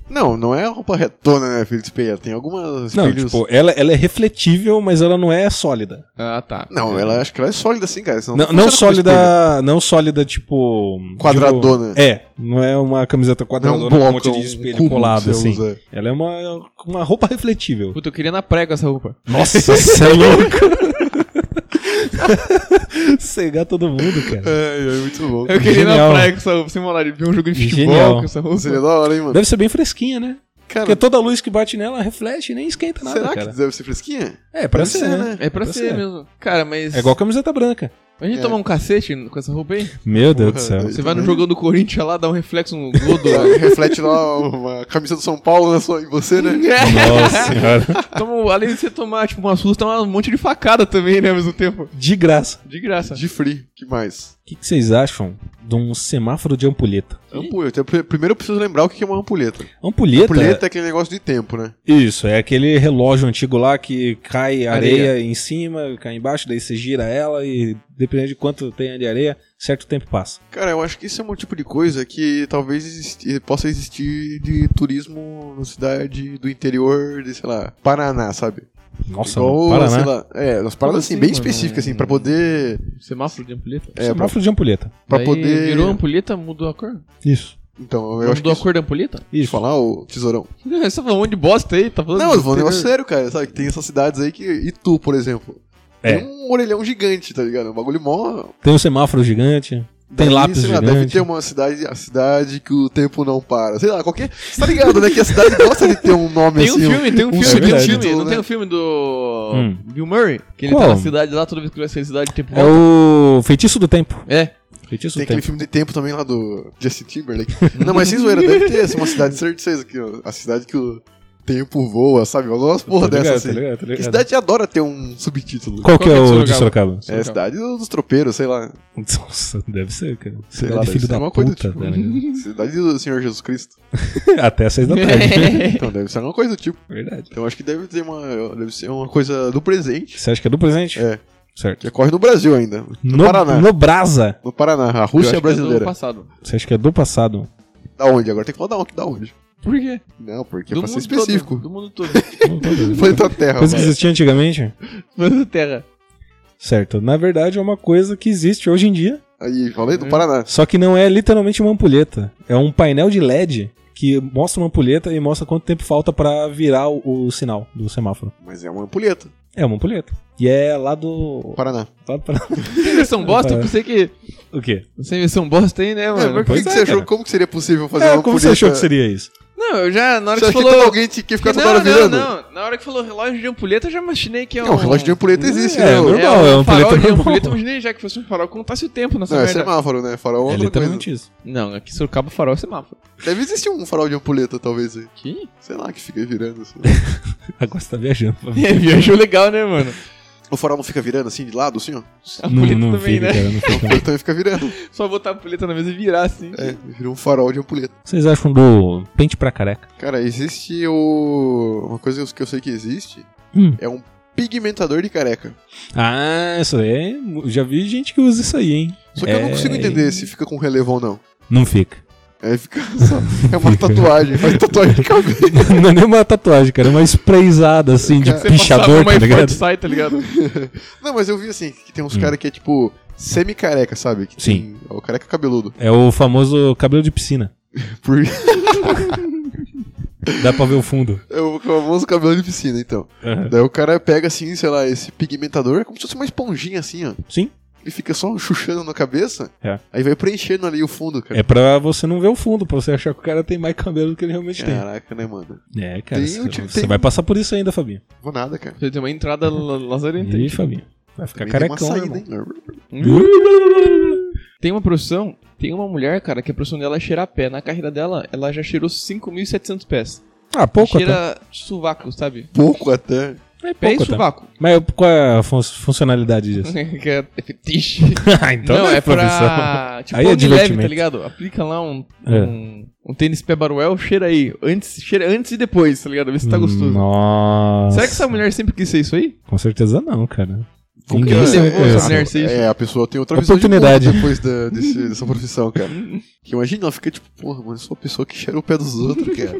Não, não é roupa retona, né, feita de espelho. Tem algumas
Não,
espelhos.
tipo, ela, ela é refletível, mas ela não é sólida.
Ah, tá.
Não, ela acho que ela é sólida assim, cara. senão
Não, não
funciona como espelho.
sólida. Não sólida, tipo.
Quadradona.
tipo- é, não é uma camiseta
Não é um
quadradona com um
bloco,
monte de
um
espelho
cubo que
colado,
você
assim.
usa.
Ela é uma, uma roupa
é
refletível.
Puta, eu queria na praia com essa roupa.
Nossa, você é louco! Cegar todo mundo, cara.
É, é muito bom.
Eu queria ir na
Genial.
praia com essa roupa, sem molar, ver um jogo de futebol
Genial.
com essa roupa.
Seria da hora, hein, mano?
Deve ser bem fresquinha, né? Porque
Cara,
toda luz que bate nela reflete e nem esquenta nada,
É, será
cara.
que deve ser fresquinha?
É, pra
Deve
ser,
ser,
né?
né?
É pra
Pra
ser
ser.
mesmo. Cara, mas.
É igual camiseta branca.
A gente
É.
tomar um cacete com essa roupa aí?
Meu Deus
Porra,
do céu.
doido.
Você vai no
também.
jogão do Corinthians lá, dá um reflexo no globo.
Reflete lá uma camisa do São Paulo né, só em você, né?
Nossa senhora.
É, Toma, um, além de você tomar, tipo, uma susto, toma um monte de facada também, né, ao mesmo tempo.
De graça.
De graça.
De free, que mais?
O que, que vocês acham de um semáforo de ampulheta?
Ampulheta. Eu pre- Primeiro eu preciso lembrar o que é uma ampulheta.
Ampulheta,
Ampulheta é aquele negócio de tempo, né?
isso, é aquele relógio antigo lá que cai areia,
Areia.
em cima, cai embaixo, daí você gira ela e dependendo de quanto tem de areia, certo tempo passa.
Cara, eu acho que isso é um tipo de coisa que talvez existi- possa existir de turismo na cidade do interior de, sei lá, Paraná, sabe?
Nossa, né?
Igual,
mano,
sei
Paraná.
lá, é, umas paradas assim,
assim,
bem
mano?
específicas, assim, pra poder...
Semáforo de ampulheta?
É, pra,
semáforo de ampulheta.
pra
Daí
poder...
Virou um ampulheta, mudou a cor?
Isso.
Então, eu acho que...
Mudou a
Isso...
cor da ampulheta?
Deixa eu falar, ô tesourão.
Você tá falando um monte de bosta aí, tá falando.
Não, eu vou um
besteira.
negócio sério, cara, sabe? Que tem essas cidades aí que. Itu, por exemplo.
É.
Tem um orelhão gigante, tá ligado? Um bagulho mó.
Tem um semáforo gigante. Tem
Daí,
lápis
sei lá,
gigante.
Deve ter uma cidade, a cidade que o tempo não para. Sei lá, qualquer. Você tá ligado, né? Que a cidade gosta de ter um nome
Tem um
assim.
filme, tem um
um
filme, tem um
subtítulo,
filme. Não
né?
tem um filme do.
Hum.
Bill Murray? Que ele
Qual?
tá na cidade lá, toda vez que ele vai sair da cidade, tempo.
É o feitiço do tempo.
É.
Feitiço
Tem
do
aquele
tempo.
filme de tempo também lá do Justin Timberlake. Não, mas sem zoeira, deve ter assim, uma cidade, certeza, que o- a cidade que o Tempo voa, sabe? Umas porra
Tá ligado,
dessa
tá
assim.
ligado, tá ligado.
Que cidade adora ter um subtítulo.
Qual que é
Qual que é
o
de
de Sorocaba?
É a cidade dos tropeiros, sei lá.
Nossa, deve ser, cara.
Sei
Cidade
lá, deve
filho
ser
da
uma
puta,
coisa
tá
do tipo.
ligado?
Cidade do Senhor Jesus Cristo.
Até às seis da tarde.
Então deve ser alguma coisa do tipo.
Verdade.
Então acho que deve ter uma. Deve ser uma coisa do presente.
Você acha que é do presente?
É.
Certo.
Que ocorre no Brasil ainda. No,
No,
Paraná.
no Brasa.
No Paraná, a
Eu
Rússia
acho que é do
brasileira.
passado.
Você acha que é do passado?
Da onde? Agora tem que falar da onde? Da onde?
Por quê?
Não, porque é
Do
pra ser
mundo todo, né?
específico.
Do mundo todo.
Não tô vendo.
Planeta Terra.
Coisa que
mano.
existia antigamente?
Planeta Terra.
Certo. Na verdade, é uma coisa que existe hoje em dia.
Aí, falei do Paraná.
Só que não é literalmente uma ampulheta. É um painel de LED que mostra uma ampulheta e mostra quanto tempo falta pra virar o, o sinal do semáforo.
Mas é uma ampulheta.
É uma ampulheta. E é lá do.
Paraná.
Lá do Paraná.
Sem versão
É.
bosta, eu pensei que.
O quê?
Sem versão bosta aí, né,
É, mas
mano?
o que,
pois
que
é,
você achou?
cara.
Como que seria possível fazer
É,
uma
como você
ampulheta?
achou que seria isso?
Não, eu já, na hora
Você acha
que você
que tem
falou.
alguém que fica toda hora
não, não,
virando?
não. Na hora que falou relógio de ampulheta, eu já imaginei que é um.
Não, o relógio de ampulheta existe,
É,
né?
normal,
um
é uma ampulheta
farol de
normal.
ampulheta, eu imaginei já que fosse um farol que contasse o tempo nessa
Não, é
merda.
semáforo, né? Farol é
É
outra coisa.
literalmente isso.
Não, aqui Sorocaba farol é semáforo.
Deve existir um farol de ampulheta, talvez. aí.
Que?
Sei lá, que fica virando. Assim.
Agora você tá viajando.
Viajou legal, né, mano?
o farol não fica virando assim, de lado, assim, ó?
A ampulheta também, né?
cara, não fica.
Ele também fica virando.
Só botar a ampulheta na mesa e virar assim.
É, virou um farol de ampulheta.
Vocês acham do pente pra careca?
Cara, existe o... Uma coisa que eu sei que existe.
Hum.
É um pigmentador de careca.
Ah, isso aí é. eu Já vi gente que usa isso aí, hein?
Só que eu não
É,
consigo entender se fica com relevo ou não.
Não fica.
É, fica só... é uma tatuagem, faz tatuagem de cabelo.
não é nem uma tatuagem, cara. É uma sprayzada assim de
Cara,
Você
pichador,
passava uma
tá
e forte
ligado?
sai, tá ligado?
Não, mas eu vi assim, que tem uns caras que é tipo semi-careca, sabe? Que
Hum. Sim.
tem- é o careca cabeludo.
É o famoso cabelo de piscina.
Por...
Dá pra ver o fundo.
É o famoso cabelo de piscina, então. Daí o cara pega assim, sei lá, esse pigmentador, é como se fosse uma esponjinha assim, ó.
Sim.
E fica só chuchando na cabeça.
É.
Aí vai preenchendo ali o fundo, cara.
É pra você não ver o fundo, pra você achar que o cara tem mais cabelo do que ele realmente
Caraca, né, mano?
tem. É, cara.
Tem,
você-
eu te-
você
tem-
vai passar por isso ainda, Fabinho.
Vou nada, cara.
Você tem uma entrada la- lazarenta.
Ih, Fabinho. Vai ficar
Também tem uma
carecão, né,
saída,
irmão?
hein? irmão?
Hum. Tem uma profissão, tem uma mulher, cara, que a profissão dela é cheirar pé. Na carreira dela, ela já cheirou 5.700 pés.
Ah, pouco até.
Cheira sovaco, sabe?
Um Pouco até.
É
Pé
pouco
e
até.
sovaco.
Mas qual é a fun- funcionalidade disso?
que é é fetiche.
ah,
não, é
profissão.
pra. Tipo,
Aí é
Omnileve,
divertimento.
tá ligado? Aplica lá um,
É.
um, um tênis pé baruel, cheira aí. Antes, cheira antes e depois, tá ligado? Vê
Hum.
se tá gostoso.
Nossa.
Será que essa mulher sempre quis ser isso aí?
Com certeza não, cara.
Como
Ninguém
que
sabe.
levou essa
É,
mulher a ser isso?
É, a pessoa tem outra
Oportunidade.
visão de mundo depois da, desse- dessa profissão, cara. Que imagina, ela fica tipo, porra, mano, eu sou uma pessoa que cheira o pé dos outros, cara.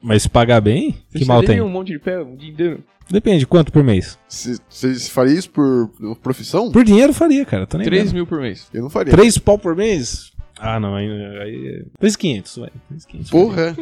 Mas se pagar bem,
Você
que mal
cheira
tem?
um monte de pé o dia inteiro.
Depende, quanto por mês?
Se- Você faria isso por profissão?
Por dinheiro faria, cara. Tô nem
3
vendo.
mil por mês.
Eu não faria.
Três pau por mês? Ah, não. Aí. aí 2,500, vai. 2,500.
Porra.
né?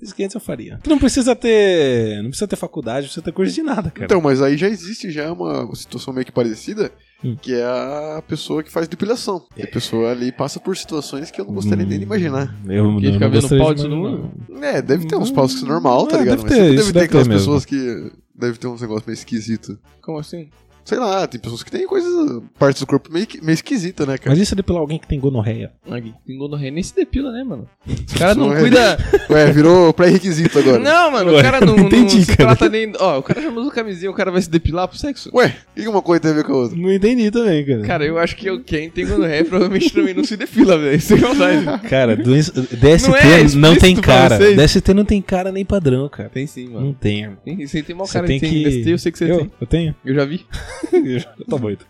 2,500 eu faria. Tu não precisa ter. Não precisa ter faculdade, não precisa ter curso de nada, cara.
Então, mas aí já existe já uma situação meio que parecida,
Hum. É.
que é a pessoa que faz depilação. E a pessoa ali passa por situações que eu não
Hum.
gostaria nem de imaginar.
Eu não,
fica
não
vendo
gostaria
pau
de
de todo
imaginar.
É, deve ter uns paus que é normal, tá
É,
ligado?
deve
mas
ter,
sempre
isso
deve ter
deve ter
aquelas
mesmo.
pessoas que. Deve ter uns negócios meio esquisito.
Como assim?
Sei lá, tem pessoas que têm coisas. partes do corpo meio, que- meio esquisita, né, cara?
Mas isso é depilar alguém que tem gonorreia.
Aqui, pingou no rei, nem se depila, né, mano? O cara não
Não,
cuida.
Ué, virou pré-requisito agora.
Não, mano, o
é Ué,
cara
não
não, não,
entendi,
se
cara.
trata nem. Ó, o cara já usa camisinha, o cara vai se depilar pro sexo?
Ué, o que que uma coisa tem a ver com a outra?
Não entendi também, cara.
Cara, eu acho que eu- quem tem gonorreia provavelmente também não se depila, velho. Isso é verdade.
Cara, doença- DST
Não
não,
é explícito
tem
pra
cara.
vocês?
DST não tem cara nem padrão, cara.
Tem sim, mano.
Não tem, irmão.
Tem, você tem mau
Você
cara
tem
de
que-
que... eu sei que você
eu,
tem.
Eu tenho?
Eu já vi.
eu já- tá bom, então.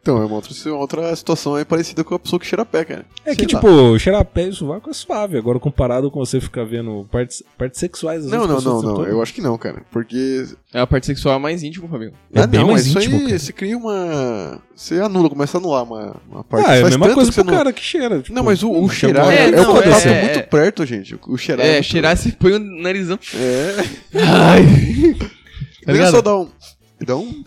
Então, é uma outra, uma outra situação aí parecida com a pessoa que cheira pé, cara.
É
Sei
que,
lá.
tipo, cheirar pé e sovaco é suave. Agora, comparado com você ficar vendo partes, partes sexuais... às
Não, não,
vezes,
não,
pessoas
não.
tentando-
Eu acho que não, cara. Porque
É a parte sexual mais íntima, Fabinho.
É
ah,
bem
não,
mais
mas isso
íntimo,
aí
cara.
você cria uma. Você anula, começa a anular uma, uma parte.
Ah, é a
Faz
mesma
tanto
coisa
que você
pro cara que cheira. tipo,
Não, mas o, o
não
cheirar
chama-
é,
É,
o
não,
contato
é,
muito
é.
perto, gente. O cheirar.
É,
muito-
cheirar você põe o narizão.
É.
Ai. Tá
Não é só
ligado?
dar um. Dá um.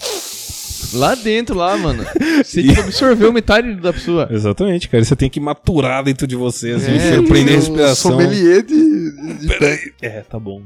Lá dentro, lá, mano. Você tipo, absorveu metade da pessoa.
Exatamente, cara. Você tem que maturar dentro de você, assim,
é,
prender a
um
respiração.
Sommelier de. de-
É, tá bom.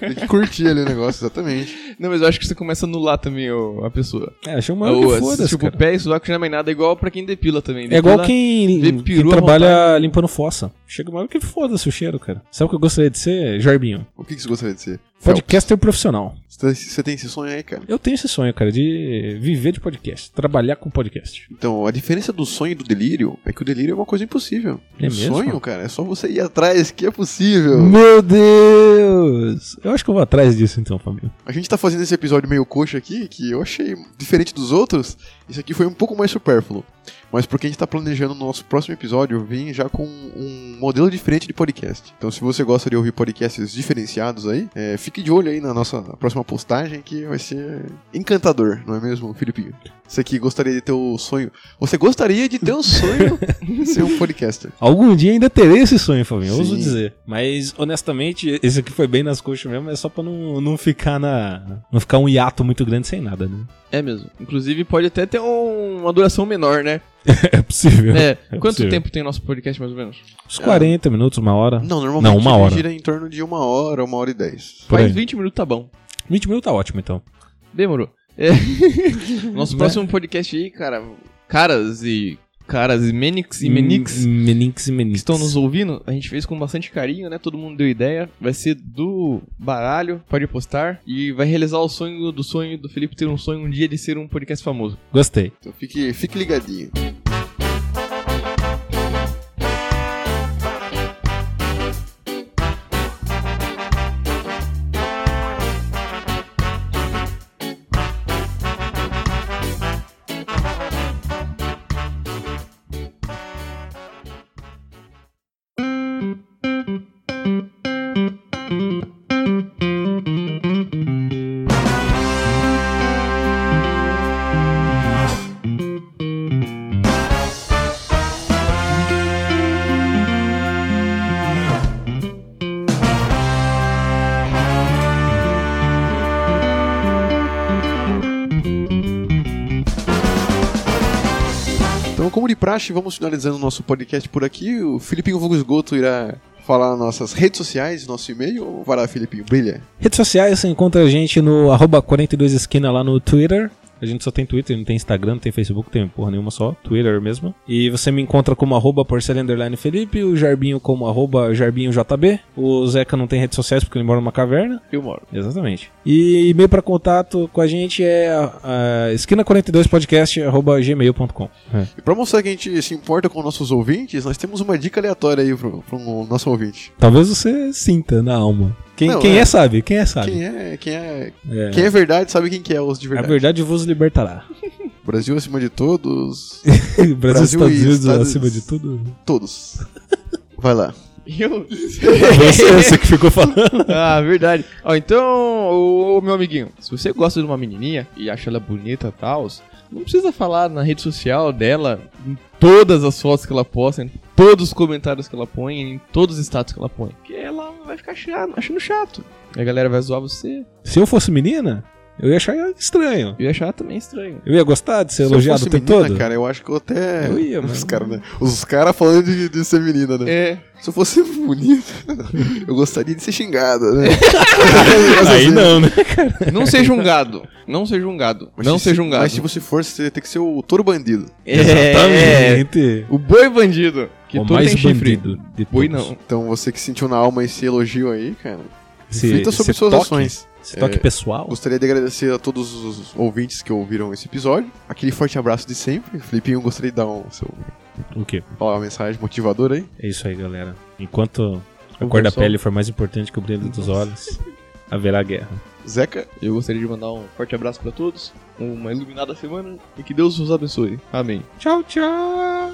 Tem que curtir ali o negócio, exatamente.
Não, mas eu acho que você começa a anular também o- a pessoa.
É, achei uma
Ou,
que foda-se,
tipo,
cara.
pé e sovaco já não é mais nada, é igual pra quem depila também.
É igual
Depila-
quem,
vê peru
quem
à
trabalha limpando fossa. Chega uma hora que foda-se o cheiro, cara. Sabe o que eu gostaria de ser, Jorbinho?
O que, que você gostaria de ser? Fel,
Podcaster profissional.
Você tem- você tem esse sonho aí, cara?
Eu tenho esse sonho, cara, de viver de podcast, trabalhar com podcast.
Então, a diferença do sonho e do delírio é que o delírio é uma coisa impossível.
É
o
mesmo?
sonho, cara, é só você ir atrás que é possível.
Meu Deus! Eu acho que eu vou atrás disso então, Fabinho.
A gente tá fazendo esse episódio meio coxa aqui, que eu achei diferente dos outros. Isso aqui foi um pouco mais supérfluo. Mas porque a gente tá planejando no nosso próximo episódio, eu vim já com um modelo diferente de podcast. Então, se você gosta de ouvir podcasts diferenciados aí, é, fique de olho aí na nossa próxima postagem, que vai ser encantador, não é mesmo, Filipinho? Você que gostaria de ter o sonho. Você gostaria de ter o sonho de ser um podcaster.
Algum dia ainda terei esse sonho, Fabinho, eu ouso
Sim.
dizer. Mas, honestamente, esse aqui foi bem nas coxas mesmo, é só pra não, não ficar na. não ficar um hiato muito grande sem nada, né?
É mesmo. Inclusive, pode até ter um- uma duração menor, né?
É possível.
É.
É
Quanto
possível.
tempo tem nosso podcast, mais ou menos?
Uns 40 minutos, uma hora.
Não, normalmente
Não, uma
ele
hora.
gira em torno de uma hora, uma hora e dez.
Por
Faz
aí.
20 minutos, tá bom.
20 minutos tá ótimo, então.
Demorou. É. Nosso próximo podcast aí, cara. Caras e. Caras e Menix e Menix.
M- Menix e
que
Menix.
estão nos ouvindo, a gente fez com bastante carinho, né? Todo mundo deu ideia. Vai ser do baralho, pode postar. E vai realizar o sonho do sonho do Felipe ter um sonho um dia de ser um podcast famoso.
Gostei.
Então, fique, fique ligadinho. Então, como de praxe, vamos finalizando o nosso podcast por aqui. O Filipinho Vulgo Esgoto irá falar nossas redes sociais, nosso e-mail. Ou vai lá, Filipinho, brilha.
Redes sociais, você encontra a gente no arroba 42esquina lá no Twitter. A gente só tem Twitter, não tem Instagram, não tem Facebook, tem porra nenhuma só, Twitter mesmo. E você me encontra como arroba Porcela Underline Felipe, o Jarbinho como arroba JarbinhoJB. O Zeca não tem redes sociais porque ele mora numa caverna.
Eu moro.
Exatamente. E e-mail para contato com a gente é esquina42podcast arroba gmail.com.
E pra mostrar que a gente se importa com nossos ouvintes, nós temos uma dica aleatória aí pro, pro nosso ouvinte.
Talvez você sinta na alma. Quem,
Não,
quem é.
é.
sabe, quem é sabe.
Quem é, quem é,
É.
quem é verdade sabe quem que é os de
A
verdade.
verdade vos libertará.
Brasil acima de todos,
Brasil,
Brasil
Estados
e
Unidos
Estados-
acima de tudo.
todos. Vai lá.
Eu?
Você, você que ficou falando.
ah, verdade. Ó, então, ô, ô, meu amiguinho, se você gosta de uma menininha e acha ela bonita e tal, não precisa falar na rede social dela, em todas as fotos que ela posta, em todos os comentários que ela põe, em todos os status que ela põe. Porque ela vai ficar chato, achando chato. E a galera vai zoar você,
Se eu fosse menina, eu ia achar estranho.
Eu ia achar também estranho.
Eu ia gostar de ser
eu
elogiado
fosse
o tempo
menina,
todo?
cara, eu acho que eu até...
Eu ia,
Os
mano.
caras né? Os cara falando de, de ser menina, né?
É.
Se eu fosse bonito, eu gostaria de ser xingada, né? assim,
Aí não, né?
Não seja um gado. Não seja um gado.
Mas
não
se-
seja um gado.
Mas se você for, você tem que ser o touro bandido.
é, é.
Exatamente.
O boi bandido. Que
o
tudo
mais
tem chifre.
bandido de
Boi
todos.
não.
Então você que sentiu na alma esse elogio aí, cara,
Esse-
reflita
esse
sobre suas
toque,
ações.
Esse toque
É.
pessoal.
Gostaria de agradecer a todos os ouvintes que ouviram esse episódio. Aquele forte abraço de sempre. Felipinho, gostaria de dar um seu,
O quê?
falar uma mensagem motivadora aí.
É isso aí, galera. Enquanto a
O
cor da
pessoal-
pele for mais importante que o brilho dos olhos, haverá guerra.
Zeca,
Eu gostaria de mandar um forte abraço pra todos. Uma iluminada semana. E que Deus os abençoe. Amém.
Tchau, tchau!